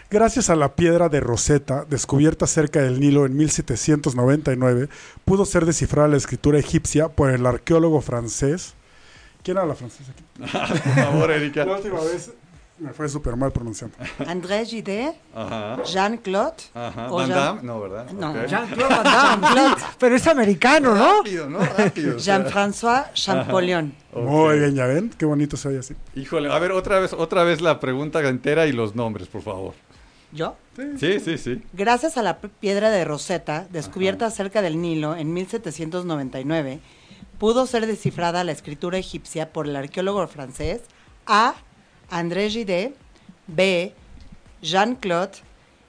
Speaker 5: Gracias a la piedra de Rosetta, descubierta cerca del Nilo en 1799, pudo ser descifrada la escritura egipcia por el arqueólogo francés. ¿Quién habla francés aquí?
Speaker 4: Por favor, Erika.
Speaker 5: La última vez me fue súper mal pronunciando.
Speaker 6: André Gide,
Speaker 4: Ajá.
Speaker 6: Jean-Claude.
Speaker 4: Ajá.
Speaker 6: o
Speaker 4: Van
Speaker 6: Jean-
Speaker 4: Damme, no, ¿verdad?
Speaker 6: No,
Speaker 4: Ok.
Speaker 7: Jean-Claude Van Damme,
Speaker 6: Ah,
Speaker 7: sí, pero es americano, ¿no?
Speaker 4: Rápido, ¿no? Rápido. o sea.
Speaker 6: Jean-François Champollion.
Speaker 4: Ok.
Speaker 5: Muy bien, ya ven, qué bonito se oye así.
Speaker 4: Híjole, a ver, otra vez, otra vez la pregunta entera y los nombres, por favor.
Speaker 6: ¿Yo?
Speaker 4: Sí, sí, sí.
Speaker 6: Gracias a la p- piedra de Rosetta, descubierta cerca del Nilo en 1799, pudo ser descifrada la escritura egipcia por el arqueólogo francés A. André Gide, B. Jean-Claude,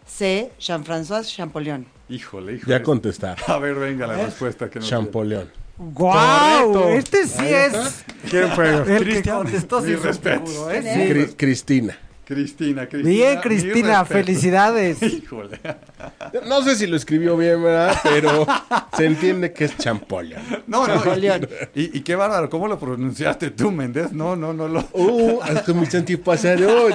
Speaker 6: C. Jean-François Champollion.
Speaker 4: Híjole, híjole.
Speaker 2: Ya contestar.
Speaker 4: A ver, venga la respuesta que nos
Speaker 2: Champoleón.
Speaker 7: ¡Guau!
Speaker 5: Correcto.
Speaker 7: Este sí es
Speaker 5: ¿Quién fue?
Speaker 7: el que
Speaker 4: Cristian,
Speaker 7: contestó
Speaker 4: mis
Speaker 7: sin su
Speaker 4: respetos.
Speaker 7: seguro, ¿eh?
Speaker 8: Sí.
Speaker 7: Sí.
Speaker 2: Cri- Cristina.
Speaker 4: Cristina, Cristina.
Speaker 7: Bien,
Speaker 4: mi
Speaker 7: Cristina,
Speaker 4: respeto.
Speaker 7: felicidades.
Speaker 4: Híjole.
Speaker 2: No sé si lo escribió bien, ¿verdad? Pero se entiende que es Champoleón.
Speaker 4: No, no. Y, y- y qué bárbaro, ¿cómo lo pronunciaste tú, Méndez? No, no, no lo.
Speaker 2: ¡Uh! ¡Hasta mis antipasados!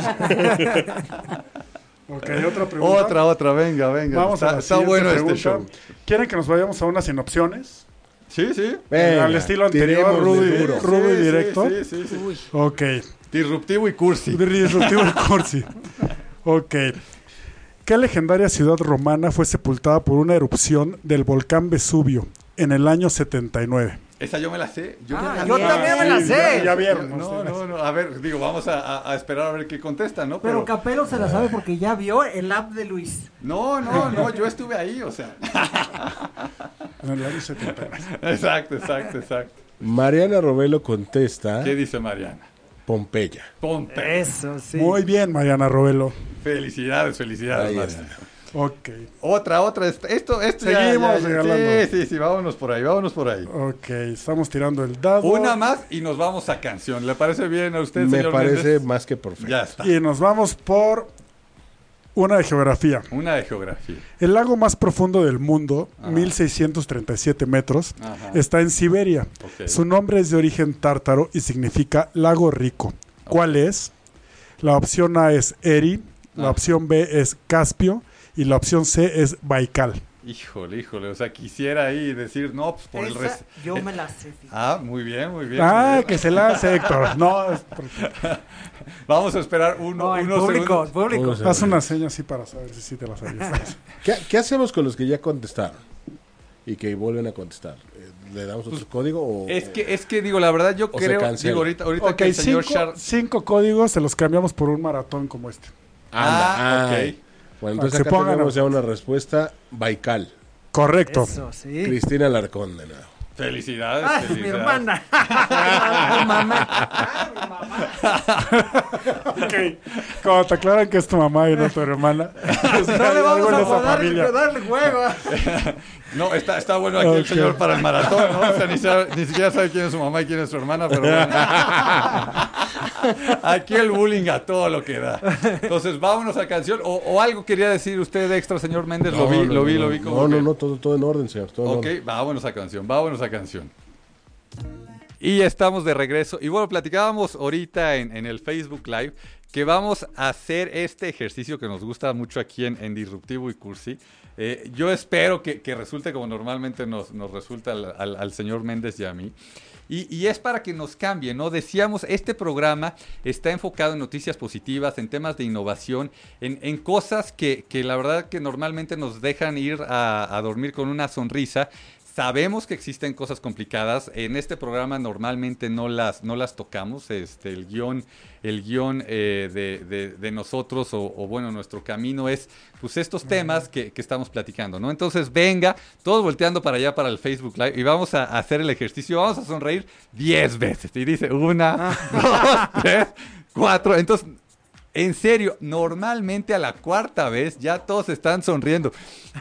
Speaker 5: Ok, otra pregunta.
Speaker 4: Otra, otra, venga, venga.
Speaker 5: Vamos a
Speaker 4: está,
Speaker 5: la
Speaker 4: está
Speaker 5: siguiente
Speaker 4: bueno este
Speaker 5: pregunta.
Speaker 4: show.
Speaker 5: ¿Quieren que nos vayamos a unas sin opciones?
Speaker 4: Sí, sí.
Speaker 2: Venga,
Speaker 5: Al estilo anterior,
Speaker 2: tirémosle
Speaker 5: Rudy.
Speaker 2: duro.
Speaker 5: Rudo y
Speaker 4: Sí, sí,
Speaker 5: directo.
Speaker 4: Sí, sí, sí.
Speaker 5: Ok.
Speaker 4: Disruptivo y cursi.
Speaker 5: Disruptivo y cursi. Ok. ¿Qué legendaria ciudad romana fue sepultada por una erupción del volcán Vesubio en el año 79?
Speaker 4: Esa yo me la sé. Yo me
Speaker 7: Ah,
Speaker 4: la
Speaker 7: yo también me la
Speaker 5: Sí, Ya, ya
Speaker 7: sé.
Speaker 5: vieron.
Speaker 4: No,
Speaker 5: ustedes.
Speaker 4: no, no. A ver, digo, vamos a, a- a esperar a ver qué contesta, ¿no?
Speaker 7: Pero Capelo se la sabe porque ya vio el app de Luis.
Speaker 4: No, no, no, yo estuve ahí, o sea.
Speaker 5: En el año 79.
Speaker 4: Exacto, exacto, exacto.
Speaker 2: Mariana Robelo contesta
Speaker 4: ¿Qué dice Mariana?
Speaker 2: Pompeya.
Speaker 4: Ponte.
Speaker 7: Eso, sí.
Speaker 5: Muy bien, Mariana Robelo.
Speaker 4: Felicidades, felicidades,
Speaker 2: Ahí
Speaker 4: Mariana.
Speaker 5: Ok.
Speaker 4: Otra, otra. est- Esto, esto ya-
Speaker 5: Seguimos
Speaker 4: ya- ya-
Speaker 5: regalando.
Speaker 4: Sí, sí, sí, vámonos por ahí, vámonos por ahí.
Speaker 5: Ok, estamos tirando el dado.
Speaker 4: Una más y nos vamos a canción. ¿Le parece bien a usted,
Speaker 2: Me
Speaker 4: señor
Speaker 2: parece
Speaker 4: Méndez?
Speaker 2: más que perfecto.
Speaker 4: Ya está.
Speaker 5: Y nos vamos por una de geografía.
Speaker 4: Una de geografía.
Speaker 5: El lago más profundo del mundo, 1637 metros,
Speaker 4: Ajá.
Speaker 5: está en Siberia.
Speaker 4: Ok.
Speaker 5: Su nombre es de origen tártaro y significa lago rico. ¿Cuál es? La opción A es Eri, la
Speaker 4: Ah.
Speaker 5: opción B es Caspio y la opción C es Baikal.
Speaker 4: Híjole, híjole. O sea, quisiera ahí decir, no, pues por el
Speaker 7: Esa
Speaker 4: res-
Speaker 7: yo me la sé. fíjate.
Speaker 4: Ah, muy bien, muy bien. muy
Speaker 5: Ah,
Speaker 4: bien.
Speaker 5: que se la hace Héctor. No, es por-
Speaker 4: Vamos a esperar uno,
Speaker 7: ah, No, el
Speaker 4: unos
Speaker 7: público, el
Speaker 4: segundos.
Speaker 7: público.
Speaker 2: Unos
Speaker 5: haz una seña así para saber si sí te la sabías.
Speaker 2: ¿Qué, qué hacemos con los que ya contestaron? Y que vuelven a contestar. Eh, ¿Le damos otro código o...?
Speaker 4: Pues, Es que, es que digo, la verdad, yo
Speaker 2: se
Speaker 4: creo.
Speaker 2: cancela.
Speaker 4: Digo, ahorita, ahorita
Speaker 5: ok,
Speaker 4: que el
Speaker 5: cinco,
Speaker 4: señor Char.
Speaker 5: cinco códigos se los cambiamos por un maratón como este.
Speaker 4: Ah,
Speaker 2: Anda, ah,
Speaker 4: ok.
Speaker 2: Bueno, entonces
Speaker 5: Para que
Speaker 2: acá
Speaker 5: pongan-
Speaker 2: tenemos ya una respuesta. Baikal.
Speaker 5: Correcto.
Speaker 7: Eso, sí.
Speaker 2: Cristina Larcón, de nuevo.
Speaker 4: Felicidades.
Speaker 7: Ah, es
Speaker 4: felicidades.
Speaker 7: mi hermana.
Speaker 5: Ok. Cuando te aclaran que es tu mamá y no tu hermana. pues,
Speaker 7: No le vamos a poder
Speaker 5: familia.
Speaker 7: darle juego.
Speaker 4: No, está, está bueno aquí el
Speaker 5: Ok.
Speaker 4: señor para el maratón, ¿no? O sea, ni, sabe- ni siquiera sabe quién es su mamá y quién es su hermana, pero bueno. Aquí el bullying a todo lo que da. Entonces, vámonos a canción. O, o algo quería decir usted extra, señor Méndez. lo vi,
Speaker 2: No, no,
Speaker 4: lo vi,
Speaker 2: no,
Speaker 4: lo vi
Speaker 2: no,
Speaker 4: como.
Speaker 2: No,
Speaker 4: que-
Speaker 2: no, no, todo, todo en orden, señor. Todo en
Speaker 4: Ok,
Speaker 2: orden.
Speaker 4: vámonos a canción, vámonos a canción. Y ya estamos de regreso. Y bueno, platicábamos ahorita en, en el Facebook Live que vamos a hacer este ejercicio que nos gusta mucho aquí en, en Disruptivo y Cursi. Eh, yo espero que, que resulte como normalmente nos, nos resulta al, al- al señor Méndez y a mí. Y, y es para que nos cambie, ¿no? Decíamos, este programa está enfocado en noticias positivas, en temas de innovación, en, en cosas que, que la verdad que normalmente nos dejan ir a- a dormir con una sonrisa. Sabemos que existen cosas complicadas. En este programa normalmente no las, no las tocamos. Este, el guión, el guión eh, de, de- de nosotros o, o, bueno, nuestro camino es pues estos temas que, que estamos platicando, ¿no? Entonces venga, todos volteando para allá para el Facebook Live y vamos a hacer el ejercicio. Vamos a sonreír 10 veces. Y dice una, dos, tres, cuatro. Entonces en serio, normalmente a la cuarta vez ya todos están sonriendo.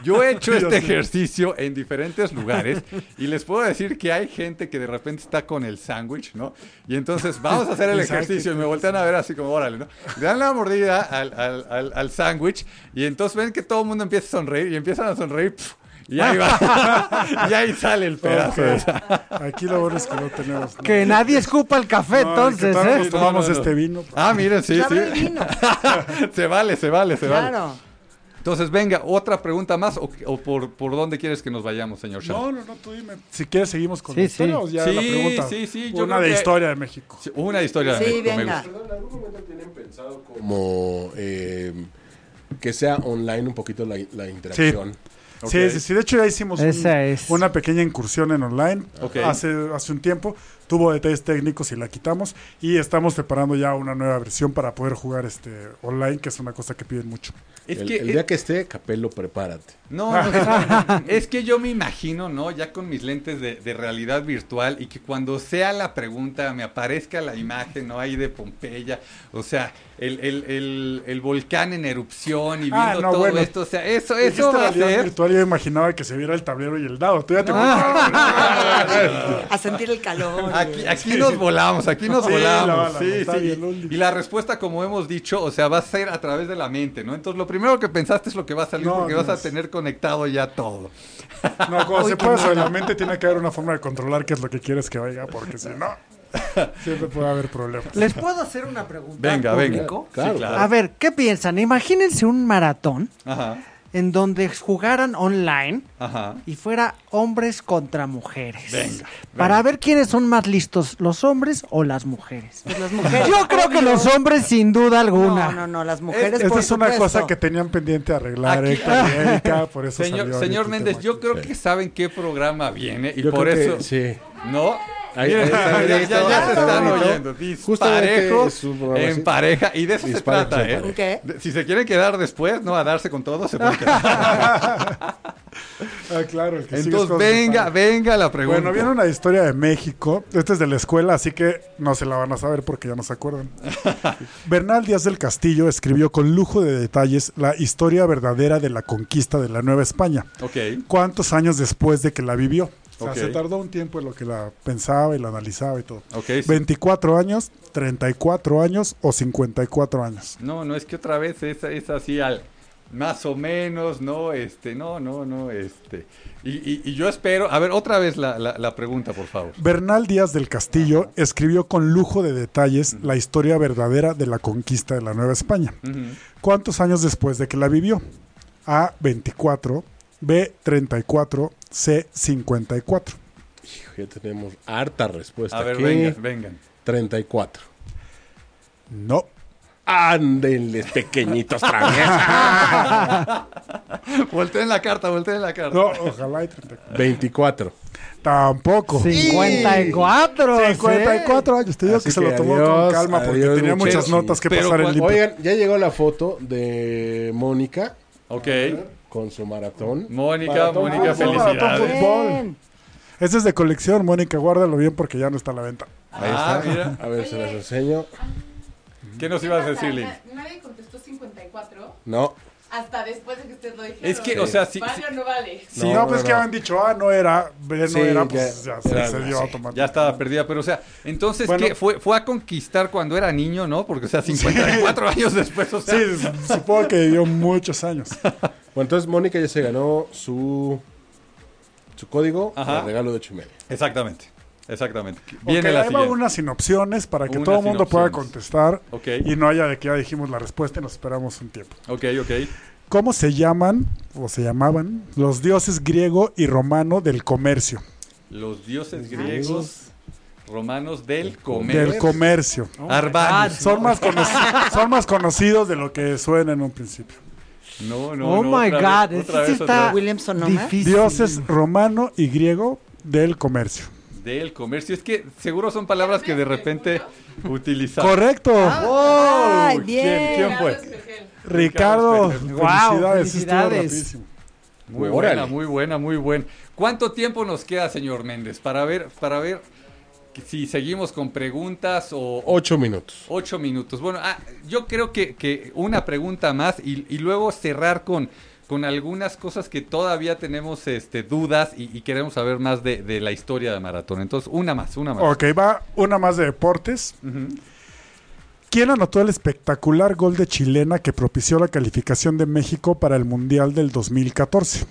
Speaker 4: Yo he hecho este ejercicio en diferentes lugares y les puedo decir que hay gente que de repente está con el sándwich, ¿no? Y entonces vamos a hacer el ejercicio y me voltean a ver así como, órale, ¿no? Le dan la mordida al, al- al- al sándwich y entonces ven que todo el mundo empieza a sonreír y empiezan a sonreír. pf, Y ahí va. y ahí sale el pedazo. de sal.
Speaker 5: pues, Aquí lo bueno es que no tenemos. ¿no?
Speaker 7: Que nadie escupa el café,
Speaker 5: No,
Speaker 7: entonces,
Speaker 5: que todos
Speaker 7: ¿eh?
Speaker 5: Nos tomamos
Speaker 4: No, no, no.
Speaker 5: este vino.
Speaker 4: Ah, miren, sí,
Speaker 6: Ya
Speaker 4: sí.
Speaker 6: abre el vino.
Speaker 4: se vale, se vale, se vale.
Speaker 6: Claro.
Speaker 4: Entonces, venga, otra pregunta más o, o por, por dónde quieres que nos vayamos, señor Shah.
Speaker 5: No, no, no, tú dime. Si quieres, seguimos con
Speaker 7: Sí,
Speaker 5: la historia
Speaker 7: sí.
Speaker 5: o ya
Speaker 4: Sí,
Speaker 5: la pregunta.
Speaker 4: sí, sí, yo
Speaker 5: Una
Speaker 4: creo
Speaker 5: de
Speaker 4: que-
Speaker 5: historia de México.
Speaker 4: Sí, Una historia de
Speaker 6: Sí,
Speaker 4: México, me
Speaker 6: venga.
Speaker 4: gusta.
Speaker 2: Perdón, ¿en algún momento tienen pensado como eh, que sea online un poquito la, la interacción?
Speaker 5: Sí, sí, sí. De hecho, ya hicimos un-
Speaker 7: Esa es.
Speaker 5: una pequeña incursión en online
Speaker 4: Ok.
Speaker 5: hace, hace un tiempo. Tuvo detalles técnicos y la quitamos. Y estamos preparando ya una nueva versión para poder jugar este online, que es una cosa que piden mucho.
Speaker 4: Es
Speaker 2: el,
Speaker 4: que, eh,
Speaker 2: el día Ah. que esté, Capelo, prepárate.
Speaker 4: No, no, no, no. es que yo me imagino, ¿no? Ya con mis lentes de, de realidad virtual y que cuando sea la pregunta me aparezca la imagen, ¿no? Ahí de Pompeya, o sea, el, el- el- el volcán en erupción y viendo
Speaker 5: Ah, no,
Speaker 4: todo
Speaker 5: bueno.
Speaker 4: esto, o sea, eso,
Speaker 5: Dijiste
Speaker 4: eso va a
Speaker 5: realidad
Speaker 4: ser...
Speaker 5: virtual, yo imaginaba que se viera el tablero y el dado. Tú ya
Speaker 7: Ah.
Speaker 5: te
Speaker 6: A sentir el calor.
Speaker 4: Aquí, aquí nos volamos, aquí nos
Speaker 5: Sí, la
Speaker 4: volamos.
Speaker 5: bala,
Speaker 4: sí,
Speaker 5: está
Speaker 4: sí.
Speaker 5: bien, Luli.
Speaker 4: Y la respuesta, como hemos dicho, o sea, va a ser a través de la mente, ¿no? Entonces, lo primero que pensaste es lo que va a salir
Speaker 5: No,
Speaker 4: porque
Speaker 5: no
Speaker 4: vas a
Speaker 5: es-
Speaker 4: tener conectado ya todo.
Speaker 5: No, cuando
Speaker 6: Uy,
Speaker 5: se
Speaker 6: qué
Speaker 5: puede sobre
Speaker 6: mala.
Speaker 5: la mente, tiene que haber una forma de controlar qué es lo que quieres que vaya, porque si no, siempre puede haber problemas.
Speaker 7: ¿Les puedo hacer una pregunta?
Speaker 4: Venga, venga.
Speaker 7: público?
Speaker 4: Sí,
Speaker 2: Claro,
Speaker 4: claro.
Speaker 7: A ver, ¿qué piensan? Imagínense un maratón
Speaker 4: Ajá,
Speaker 7: en donde jugaran online
Speaker 4: ajá.
Speaker 7: y fuera hombres contra mujeres.
Speaker 4: Venga,
Speaker 7: Para ver quiénes son más listos, los hombres o las mujeres.
Speaker 6: Pues
Speaker 7: Yo creo que los hombres sin duda alguna.
Speaker 6: No, no, no, las mujeres
Speaker 5: Esta
Speaker 6: por
Speaker 5: es una
Speaker 6: supuesto.
Speaker 5: cosa que tenían pendiente arreglar
Speaker 4: Aquí-
Speaker 5: Héctor y Erika, por eso
Speaker 4: Señor,
Speaker 5: salió
Speaker 4: señor
Speaker 5: ahorita el
Speaker 4: Méndez,
Speaker 5: tema
Speaker 4: yo
Speaker 5: aquí.
Speaker 4: creo que saben qué programa viene y
Speaker 2: Yo
Speaker 4: por eso.
Speaker 2: creo que sí.
Speaker 4: ¿No?
Speaker 2: Ahí-
Speaker 4: Miren,
Speaker 2: ahí está
Speaker 4: ya,
Speaker 2: bonito,
Speaker 4: ya- ya se
Speaker 2: está
Speaker 4: están
Speaker 2: bonito.
Speaker 4: oyendo.
Speaker 2: Justamente
Speaker 4: Disparejos
Speaker 2: es un programa así.
Speaker 4: en pareja. Y de eso se
Speaker 2: Disparejos
Speaker 4: trata,
Speaker 2: en
Speaker 4: ¿eh?
Speaker 2: pareja.
Speaker 6: ¿Qué?
Speaker 4: De- Si se quieren quedar después, ¿no? A darse con todo, se pueden quedar.
Speaker 5: Ah, claro, el que sigue es
Speaker 4: Entonces,
Speaker 5: cosa
Speaker 4: venga,
Speaker 5: de-
Speaker 4: venga la pregunta.
Speaker 5: Bueno, viene una historia de México. Esta es de la escuela, así que no se la van a saber porque ya no se acuerdan. Bernal Díaz del Castillo escribió con lujo de detalles la historia verdadera de la conquista de la Nueva España.
Speaker 4: Ok.
Speaker 5: cuántos años después de que la vivió. O sea,
Speaker 4: Ok.
Speaker 5: se tardó un tiempo en lo que la pensaba y la analizaba y todo.
Speaker 4: Ok, sí.
Speaker 5: 24 años, 34 años o 54 años.
Speaker 4: No, no, es que otra vez es, es así al más o menos, no, este, no, no, no, este. Y, y- y yo espero, a ver, otra vez la, la- la pregunta, por favor.
Speaker 5: Bernal Díaz del Castillo escribió con lujo de detalles la historia verdadera de la conquista de la Nueva España.
Speaker 4: Ujú.
Speaker 5: ¿Cuántos años después de que la vivió? A 24, B 34, C 54.
Speaker 2: Hijo, ya tenemos harta respuesta.
Speaker 4: A ver,
Speaker 2: aquí.
Speaker 4: vengan, vengan.
Speaker 2: 34.
Speaker 5: No.
Speaker 2: Ándenles, pequeñitos traviesas.
Speaker 4: Volteen la carta, volteen la carta.
Speaker 5: No, ojalá y 34.
Speaker 2: 24.
Speaker 5: Tampoco.
Speaker 7: 54. ¿sí?
Speaker 5: 54 años, te digo
Speaker 2: Así
Speaker 5: que se
Speaker 2: que
Speaker 5: lo tomó con
Speaker 2: adiós,
Speaker 5: calma porque
Speaker 2: adiós,
Speaker 5: tenía muchas
Speaker 2: muchachos.
Speaker 5: notas que
Speaker 4: Pero
Speaker 5: pasar en
Speaker 4: cuan-
Speaker 5: limpio.
Speaker 2: Oigan, ya llegó la foto de Mónica
Speaker 4: Ok.
Speaker 2: con su maratón.
Speaker 4: Mónica, Mónica,
Speaker 5: fútbol, maratón
Speaker 4: felicidades.
Speaker 5: fútbol. Ese es de colección, Mónica, guárdalo bien porque ya no está a la venta.
Speaker 2: Ahí
Speaker 4: Ah,
Speaker 2: está.
Speaker 4: mira.
Speaker 2: A ver, se las enseño.
Speaker 4: ¿Qué nos ibas a decir, Lili?
Speaker 8: Nadie contestó 54
Speaker 2: No.
Speaker 8: hasta después de que usted lo dijera.
Speaker 4: Es que, o sea, si,
Speaker 8: ¿Vale
Speaker 4: si-
Speaker 8: o no vale?
Speaker 5: no,
Speaker 2: no,
Speaker 5: pues
Speaker 2: no.
Speaker 5: que habían dicho, ah, no era, B no
Speaker 2: Sí,
Speaker 5: era, pues ya,
Speaker 2: ya-
Speaker 5: se-
Speaker 2: era,
Speaker 5: se dio
Speaker 2: sí,
Speaker 5: automático.
Speaker 4: ya estaba perdida, pero o sea, entonces,
Speaker 5: Bueno.
Speaker 4: ¿qué? Fue, fue a conquistar cuando era niño, ¿no? Porque, o sea, 54 años después, o sea,
Speaker 5: Sí, supongo que dio muchos años.
Speaker 2: Bueno, entonces Mónica ya se ganó su su código
Speaker 4: Ajá.
Speaker 2: para regalo de ocho y media.
Speaker 4: Exactamente, exactamente.
Speaker 5: Ok,
Speaker 4: Viene la
Speaker 5: ahí va
Speaker 4: siguiente.
Speaker 5: una sin opciones para que
Speaker 4: Una
Speaker 5: todo el
Speaker 4: sin
Speaker 5: mundo pueda
Speaker 4: opciones.
Speaker 5: contestar
Speaker 4: Ok.
Speaker 5: y no haya de que ya dijimos la respuesta y nos esperamos un tiempo.
Speaker 4: Ok, ok.
Speaker 5: ¿Cómo se llaman o se llamaban los dioses griego y romano del comercio?
Speaker 4: Los dioses griegos, romanos del comercio.
Speaker 5: Del comercio.
Speaker 7: Ah,
Speaker 4: Arvanius.
Speaker 5: Son más, conoc- son más conocidos de lo que suena en un principio.
Speaker 4: No, no,
Speaker 7: Oh
Speaker 4: no.
Speaker 7: my
Speaker 4: otra
Speaker 7: God,
Speaker 4: vez,
Speaker 7: este
Speaker 4: otra
Speaker 7: sí
Speaker 4: vez,
Speaker 7: está
Speaker 4: otra vez.
Speaker 6: William Sonoma.
Speaker 7: difícil.
Speaker 5: Dioses romano y griego del comercio.
Speaker 4: Del comercio. Es que seguro son palabras que de repente utilizamos.
Speaker 5: Correcto.
Speaker 6: Ay,
Speaker 7: ¡Oh!
Speaker 4: ¡Wow!
Speaker 6: bien.
Speaker 4: ¿Quién, quién fue?
Speaker 8: Carlos Espejel.
Speaker 5: Ricardo,
Speaker 7: Guau,
Speaker 5: felicidades. estuvo
Speaker 7: felicidades.
Speaker 5: rapidísimo.
Speaker 4: Muy
Speaker 2: Órale.
Speaker 4: buena, muy buena, muy buena. ¿Cuánto tiempo nos queda, señor Méndez, para ver, para ver que si seguimos con preguntas o o-
Speaker 2: Ocho minutos.
Speaker 4: ocho minutos? Bueno, ah, yo creo que, que una pregunta más y, y luego cerrar con, con algunas cosas que todavía tenemos este, dudas y, y queremos saber más de, de la historia de maratón. Entonces, una más, una más.
Speaker 5: Ok, va una más de deportes.
Speaker 4: Ujú.
Speaker 5: ¿Quién anotó el espectacular gol de chilena que propició la calificación de México para el Mundial del 2014?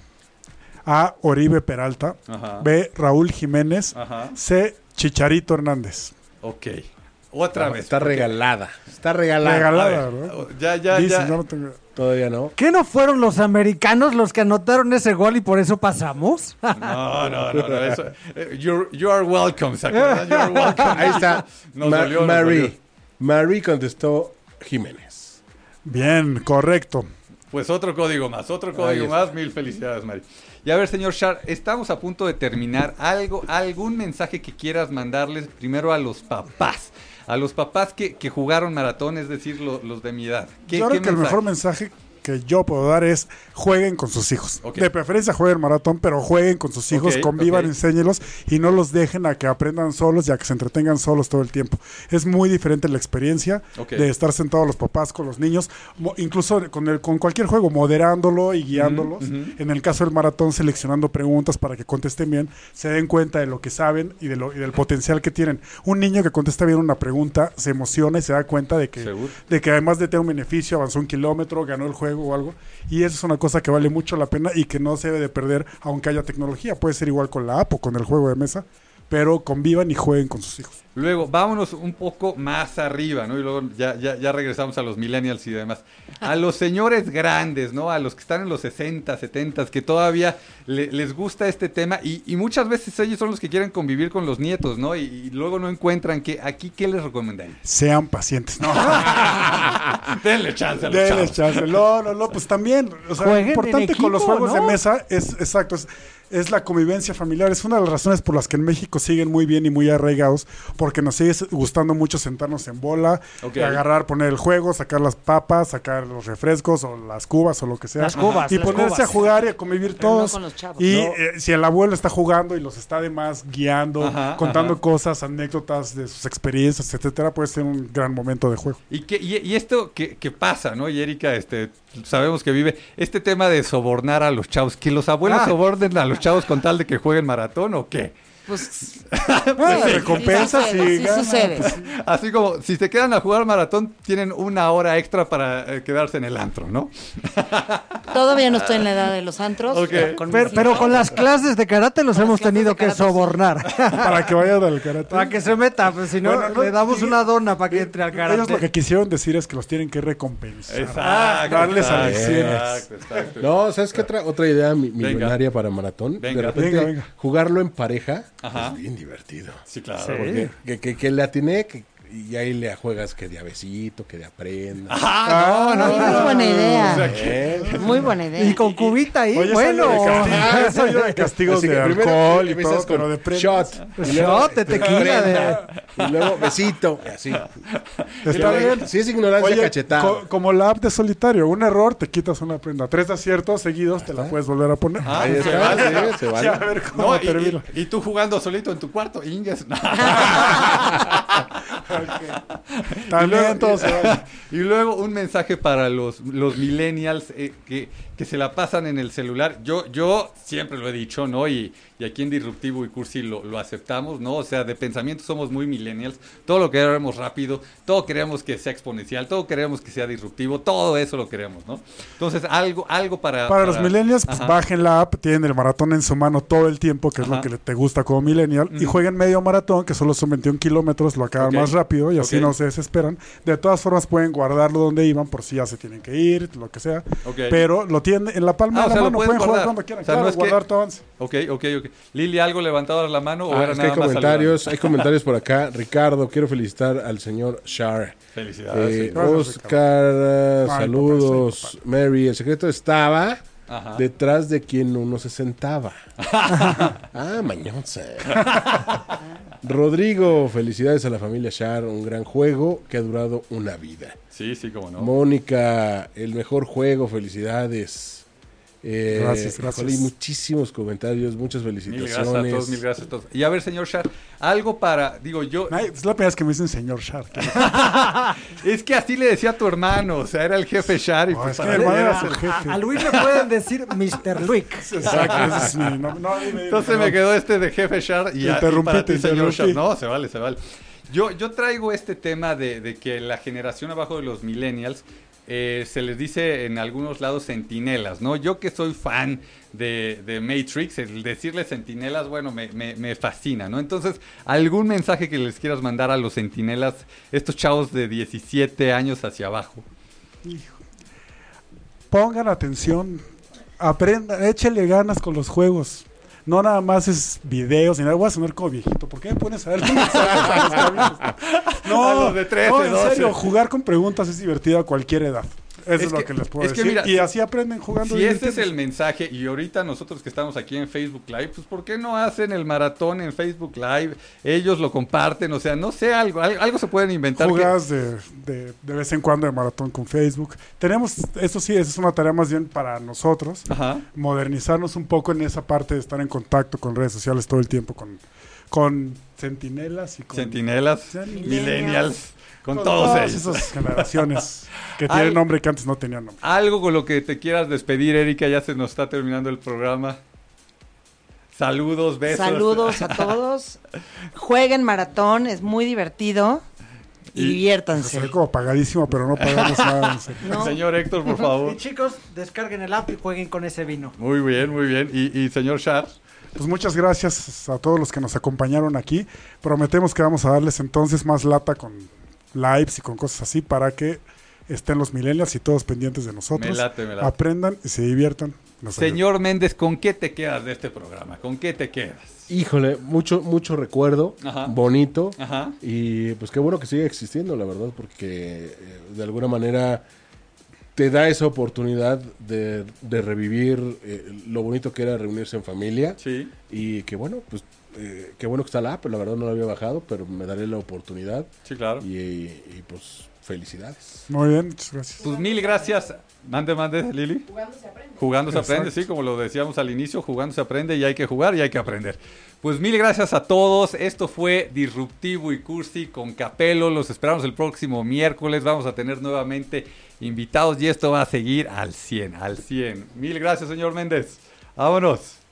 Speaker 5: A. Oribe Peralta.
Speaker 4: Ajá.
Speaker 5: B. Raúl Jiménez.
Speaker 4: Ajá.
Speaker 5: C. Chicharito Hernández.
Speaker 4: Ok. Otra vez.
Speaker 2: Ah, Está regalada. Está regalada.
Speaker 5: Regalada,
Speaker 4: A ver, Oh,
Speaker 5: ¿verdad?
Speaker 4: Ya, ya,
Speaker 5: Dice,
Speaker 4: ya.
Speaker 5: no lo tengo-
Speaker 2: Todavía no.
Speaker 7: ¿Qué no fueron los americanos los que anotaron ese gol y por eso pasamos?
Speaker 4: No, no, no, no, eso- eh, you're, you are welcome, ¿se acuerdan? You are welcome.
Speaker 2: Ahí está.
Speaker 4: Nos
Speaker 2: Ma-
Speaker 4: dolió, nos dolió.
Speaker 2: Mary. Mary contestó Jiménez.
Speaker 5: Bien, correcto.
Speaker 4: Pues otro código más, otro código
Speaker 2: está.
Speaker 4: más. Mil felicidades, Mari. Y a ver, señor Shar, estamos a punto de terminar. Algo, algún mensaje que quieras mandarles primero a los papás. A los papás que, que jugaron maratón, es decir, lo- los de mi edad. ¿Qué,
Speaker 5: Yo
Speaker 4: qué
Speaker 5: creo que el
Speaker 4: mensaje?
Speaker 5: mejor mensaje que yo puedo dar es jueguen con sus hijos.
Speaker 4: Ok.
Speaker 5: De preferencia jueguen maratón, pero jueguen con sus hijos,
Speaker 4: Ok,
Speaker 5: convivan,
Speaker 4: ok.
Speaker 5: enséñelos y no los dejen a que aprendan solos y a que se entretengan solos todo el tiempo. Es muy diferente la experiencia
Speaker 4: Ok.
Speaker 5: de estar sentados los papás con los niños, mo- incluso con, el, con cualquier juego, moderándolo y guiándolos. En el caso del maratón, seleccionando preguntas para que contesten bien, se den cuenta de lo que saben y, de lo, y del potencial que tienen. Un niño que contesta bien una pregunta se emociona y se da cuenta de que
Speaker 4: Seguro.
Speaker 5: de que además de tener un beneficio, avanzó un kilómetro, ganó el juego o algo. Y eso es una cosa que vale mucho la pena y que no se debe de perder, aunque haya tecnología. Puede ser igual con la app o con el juego de mesa, pero convivan y jueguen con sus hijos.
Speaker 4: Luego, vámonos un poco más arriba, ¿no? Y luego ya, ya, ya regresamos a los millennials y demás. A los señores grandes, ¿no? A los que están en los 60, 70, que todavía le- les gusta este tema y, y muchas veces ellos son los que quieren convivir con los nietos, ¿no? Y, y luego no encuentran que aquí, ¿qué les recomendarías?
Speaker 5: Sean pacientes. No,
Speaker 4: Ah, Denle chance a los
Speaker 5: denles
Speaker 4: chavos.
Speaker 5: chance. No, no, no, pues también. O sea, lo
Speaker 7: Jueguen en
Speaker 5: importante con los
Speaker 7: equipo,
Speaker 5: juegos
Speaker 7: ¿no?
Speaker 5: de mesa es, exacto, es, es la convivencia familiar. Es una de las razones por las que en México siguen muy bien y muy arraigados, porque nos sigue gustando mucho sentarnos en bola,
Speaker 4: Ok.
Speaker 5: agarrar, poner el juego, sacar las papas, sacar los refrescos o las cubas o lo que sea.
Speaker 7: Las cubas,
Speaker 5: Y
Speaker 7: las
Speaker 5: ponerse
Speaker 7: cubas.
Speaker 5: a jugar y a convivir
Speaker 6: Pero no
Speaker 5: todos.
Speaker 6: con los chavos.
Speaker 5: Y
Speaker 6: No.
Speaker 5: eh, si el abuelo está jugando y los está además guiando,
Speaker 4: Ajá,
Speaker 5: contando
Speaker 4: ajá.
Speaker 5: cosas, anécdotas de sus experiencias, etcétera, puede ser un gran momento de juego.
Speaker 4: Y, que, y, y esto que, que pasa, ¿no? Y Erika, este, sabemos que vive este tema de sobornar a los chavos. ¿Que los abuelos sobornen a los chavos con tal de que jueguen maratón o qué?
Speaker 6: Pues,
Speaker 5: Ah, recompensas
Speaker 6: sí,
Speaker 5: y
Speaker 6: sucede, sí
Speaker 5: ganas.
Speaker 6: sucede.
Speaker 4: Así como, si se quedan a jugar maratón, tienen una hora extra para eh, quedarse en el antro, ¿no?
Speaker 6: Todavía no estoy en la edad de los antros.
Speaker 4: Ok.
Speaker 6: pero con
Speaker 7: Pero,
Speaker 6: mis
Speaker 7: pero
Speaker 6: hijos.
Speaker 7: con las clases de karate
Speaker 6: Con
Speaker 7: los
Speaker 6: las
Speaker 7: hemos
Speaker 6: clases
Speaker 7: tenido
Speaker 6: de
Speaker 7: que
Speaker 6: karate, sí.
Speaker 7: sobornar.
Speaker 5: Para que vayan al karate.
Speaker 7: Para que se meta, pues si no,
Speaker 5: Bueno, no,
Speaker 7: le damos
Speaker 5: sí,
Speaker 7: una dona para que
Speaker 5: eh,
Speaker 7: entre al
Speaker 5: Ellos lo
Speaker 7: karate.
Speaker 5: que quisieron decir es que los tienen que recompensar.
Speaker 4: Darles
Speaker 5: darles
Speaker 4: a
Speaker 5: a lecciones.
Speaker 4: exacto.
Speaker 2: No, ¿sabes qué otra, otra idea mi- millonaria para maratón?
Speaker 4: Venga.
Speaker 2: de repente,
Speaker 5: Venga, venga.
Speaker 2: jugarlo en pareja
Speaker 4: Ajá.
Speaker 2: es bien divertido.
Speaker 4: Sí, claro.
Speaker 2: Porque que, que, que le atiné que- y ahí le juegas que de avecito, que de aprenda.
Speaker 4: Ah, no, no, no.
Speaker 6: Muy buena idea.
Speaker 2: ¿Eh?
Speaker 6: Muy buena idea.
Speaker 7: Y con cubita ahí,
Speaker 5: Oye,
Speaker 7: bueno.
Speaker 5: eso ayuda de castigo, Ah, eso ayuda de castigos
Speaker 2: Así
Speaker 5: de
Speaker 2: que primero
Speaker 5: alcohol y
Speaker 2: empiezas
Speaker 5: todo,
Speaker 2: con
Speaker 5: pero de prendas.
Speaker 2: Shot.
Speaker 7: Pues shot de tequila. De...
Speaker 2: prenda, Y luego besito. y Así.
Speaker 5: Está bien.
Speaker 2: Si es ignorancia
Speaker 5: Oye,
Speaker 2: cachetada.
Speaker 5: co- como la app de solitario, un error te quitas una prenda. Tres aciertos seguidos te la puedes volver a poner.
Speaker 4: Ah,
Speaker 2: Ahí
Speaker 4: se
Speaker 2: está,
Speaker 4: vale.
Speaker 2: sí, se
Speaker 5: Ya, a
Speaker 2: vale.
Speaker 5: ver cómo
Speaker 4: No, y-
Speaker 5: termino.
Speaker 4: y, y tú jugando solito en tu cuarto, Inges. No.
Speaker 5: También
Speaker 4: luego-
Speaker 5: todo se vale.
Speaker 4: Y luego un mensaje para los, los millennials eh, que, que se la pasan en el celular. Yo, yo siempre lo he dicho, ¿no? Y, y aquí en Disruptivo y Cursi lo, lo aceptamos, ¿no? O sea, de pensamiento somos muy millennials. Todo lo queremos rápido, todo queremos que sea exponencial, todo queremos que sea disruptivo, todo eso lo queremos, ¿no? Entonces, algo, algo para...
Speaker 5: Para los millennials, pues
Speaker 4: Ajá.
Speaker 5: bajen la app, tienen el maratón en su mano todo el tiempo, que es
Speaker 4: Ajá.
Speaker 5: lo que le- te gusta como millennial, y jueguen medio maratón, que solo son 21 kilómetros, lo acaban
Speaker 4: Ok.
Speaker 5: más rápido y así
Speaker 4: Ok.
Speaker 5: no se desesperan. De todas formas, pueden guardarlo donde iban, por si ya se tienen que ir, lo que sea.
Speaker 4: Ok.
Speaker 5: Pero lo tienen en la palma
Speaker 4: Ah, o
Speaker 5: de la
Speaker 4: sea, lo
Speaker 5: mano,
Speaker 4: puedes
Speaker 5: pueden
Speaker 4: guardar.
Speaker 5: jugar cuando quieran.
Speaker 4: O sea, no
Speaker 5: claro,
Speaker 4: es que-
Speaker 5: guardar tu avance.
Speaker 4: Ok, ok, ok. Lili, ¿algo levantado a la mano? o
Speaker 2: Ah,
Speaker 4: era
Speaker 2: es que hay
Speaker 4: nada más
Speaker 2: comentarios, hay comentarios por acá. Ricardo, quiero felicitar al señor Shar.
Speaker 4: saludando? Felicidades.
Speaker 2: Eh,
Speaker 4: señor.
Speaker 5: Gracias,
Speaker 2: Oscar, eh,
Speaker 5: papá,
Speaker 2: saludos. Mary, el secreto estaba
Speaker 4: Ajá.
Speaker 2: detrás de quien uno se sentaba. ah, mañosa. Rodrigo, felicidades a la familia Shar, un gran juego que ha durado una vida.
Speaker 4: Sí, sí, cómo no.
Speaker 2: Mónica, el mejor juego, felicidades. Eh,
Speaker 5: Gracias, gracias.
Speaker 2: híjole, hay muchísimos comentarios, muchas
Speaker 4: Mil
Speaker 2: felicitaciones.
Speaker 4: gracias a todos, mil gracias a todos. Y a ver, señor Shar, algo para, digo yo,
Speaker 5: Ay, es la primera vez que me dicen señor Shark.
Speaker 4: es que así le decía a tu hermano, o sea, era el jefe Shar y
Speaker 5: No,
Speaker 4: pues
Speaker 5: es que
Speaker 4: para
Speaker 5: el hermano
Speaker 4: él
Speaker 5: era
Speaker 4: era-
Speaker 5: su jefe.
Speaker 7: A, a Luis le pueden decir Mr. Luis.
Speaker 5: Exacto, ese es mi nombre. No, dime, dime,
Speaker 4: Entonces me
Speaker 5: perdón.
Speaker 4: quedó este de jefe Shar y,
Speaker 5: Te
Speaker 4: a- y
Speaker 5: interrumpí,
Speaker 4: para
Speaker 5: te
Speaker 4: ti, señor Shar.
Speaker 5: interrumpí.
Speaker 4: No, se vale, se vale. Yo, yo traigo este tema de, de que la generación abajo de los millennials eh, se les dice en algunos lados sentinelas, ¿no? Yo que soy fan de, de Matrix, el decirle sentinelas, bueno, me, me- me fascina, ¿no? Entonces, algún mensaje que les quieras mandar a los sentinelas, estos chavos de 17 años hacia abajo.
Speaker 5: Pongan atención, aprendan, échele ganas con los juegos. No nada más es videos ni nada. Voy a sonar como viejito. ¿Por qué me pones a ver los mensajes a los cabrones?
Speaker 4: A
Speaker 5: No,
Speaker 4: los de 13,
Speaker 5: no, en
Speaker 4: 12.
Speaker 5: serio, jugar con preguntas es divertido a cualquier edad. Eso es,
Speaker 4: Es
Speaker 5: lo
Speaker 4: que-
Speaker 5: que les puedo
Speaker 4: es que
Speaker 5: decir.
Speaker 4: mira,
Speaker 5: y así aprenden jugando.
Speaker 4: Si
Speaker 5: y
Speaker 4: ese es
Speaker 5: divirtiéndose.
Speaker 4: el mensaje, y ahorita nosotros que estamos aquí en Facebook Live, pues ¿por qué no hacen el maratón en Facebook Live? Ellos lo comparten, o sea, no sé, algo, al- algo se pueden inventar. que-
Speaker 5: Jugadas de, de- de vez en cuando de maratón con Facebook. Tenemos, esto sí, esa es una tarea más bien para nosotros.
Speaker 4: Ajá.
Speaker 5: modernizarnos un poco en esa parte de estar en contacto con redes sociales todo el tiempo, con, con centinelas y con,
Speaker 4: Centinelas,
Speaker 5: Millennials.
Speaker 4: millennials, con,
Speaker 5: con
Speaker 4: todos
Speaker 5: todas
Speaker 4: ellos.
Speaker 5: esas generaciones que
Speaker 4: Ay.
Speaker 5: tienen nombre y que antes no tenían nombre.
Speaker 4: Algo con lo que te quieras despedir, Erika, ya se nos está terminando el programa. Saludos, besos.
Speaker 6: Saludos a todos. Jueguen maratón, es muy divertido. Y,
Speaker 4: Y-
Speaker 5: Se
Speaker 6: diviértanse.
Speaker 5: ve como pagadísimo, pero no pagamos nada. en serio.
Speaker 6: No.
Speaker 4: Señor Héctor, por favor.
Speaker 7: Y chicos, descarguen el app y jueguen con ese vino.
Speaker 4: Muy bien, muy bien. Y, y señor Shar,
Speaker 5: Pues muchas gracias a todos los que nos acompañaron aquí. Prometemos que vamos a darles entonces más lata con lives y con cosas así para que estén los millennials y todos pendientes de nosotros.
Speaker 4: Me late, me late.
Speaker 5: Aprendan y se diviertan. Nos ayudan.
Speaker 4: señor Méndez, ¿con qué te quedas de este programa? ¿Con qué te quedas?
Speaker 2: Híjole, mucho, mucho recuerdo,
Speaker 4: Ajá.
Speaker 2: bonito.
Speaker 4: Ajá.
Speaker 2: Y pues qué bueno que sigue existiendo, la verdad, porque eh, de alguna manera te da esa oportunidad de, de revivir eh, lo bonito que era reunirse en familia.
Speaker 4: Sí.
Speaker 2: Y que bueno, pues eh, qué bueno que está la app, la verdad no la había bajado, pero me daré la oportunidad.
Speaker 4: Sí, claro.
Speaker 2: Y, y, pues felicidades.
Speaker 5: Muy bien, muchas gracias.
Speaker 4: Pues mil gracias. Mande, mande, Lili.
Speaker 8: Jugando se aprende.
Speaker 4: Jugando se aprende,
Speaker 5: Exacto.
Speaker 4: sí, como lo decíamos al inicio, jugando se aprende y hay que jugar y hay que aprender. Pues mil gracias a todos. Esto fue Disruptivo y Cursi con Capelo. Los esperamos el próximo miércoles. Vamos a tener nuevamente invitados y esto va a seguir al 100, al 100. Mil gracias, señor Méndez. Vámonos.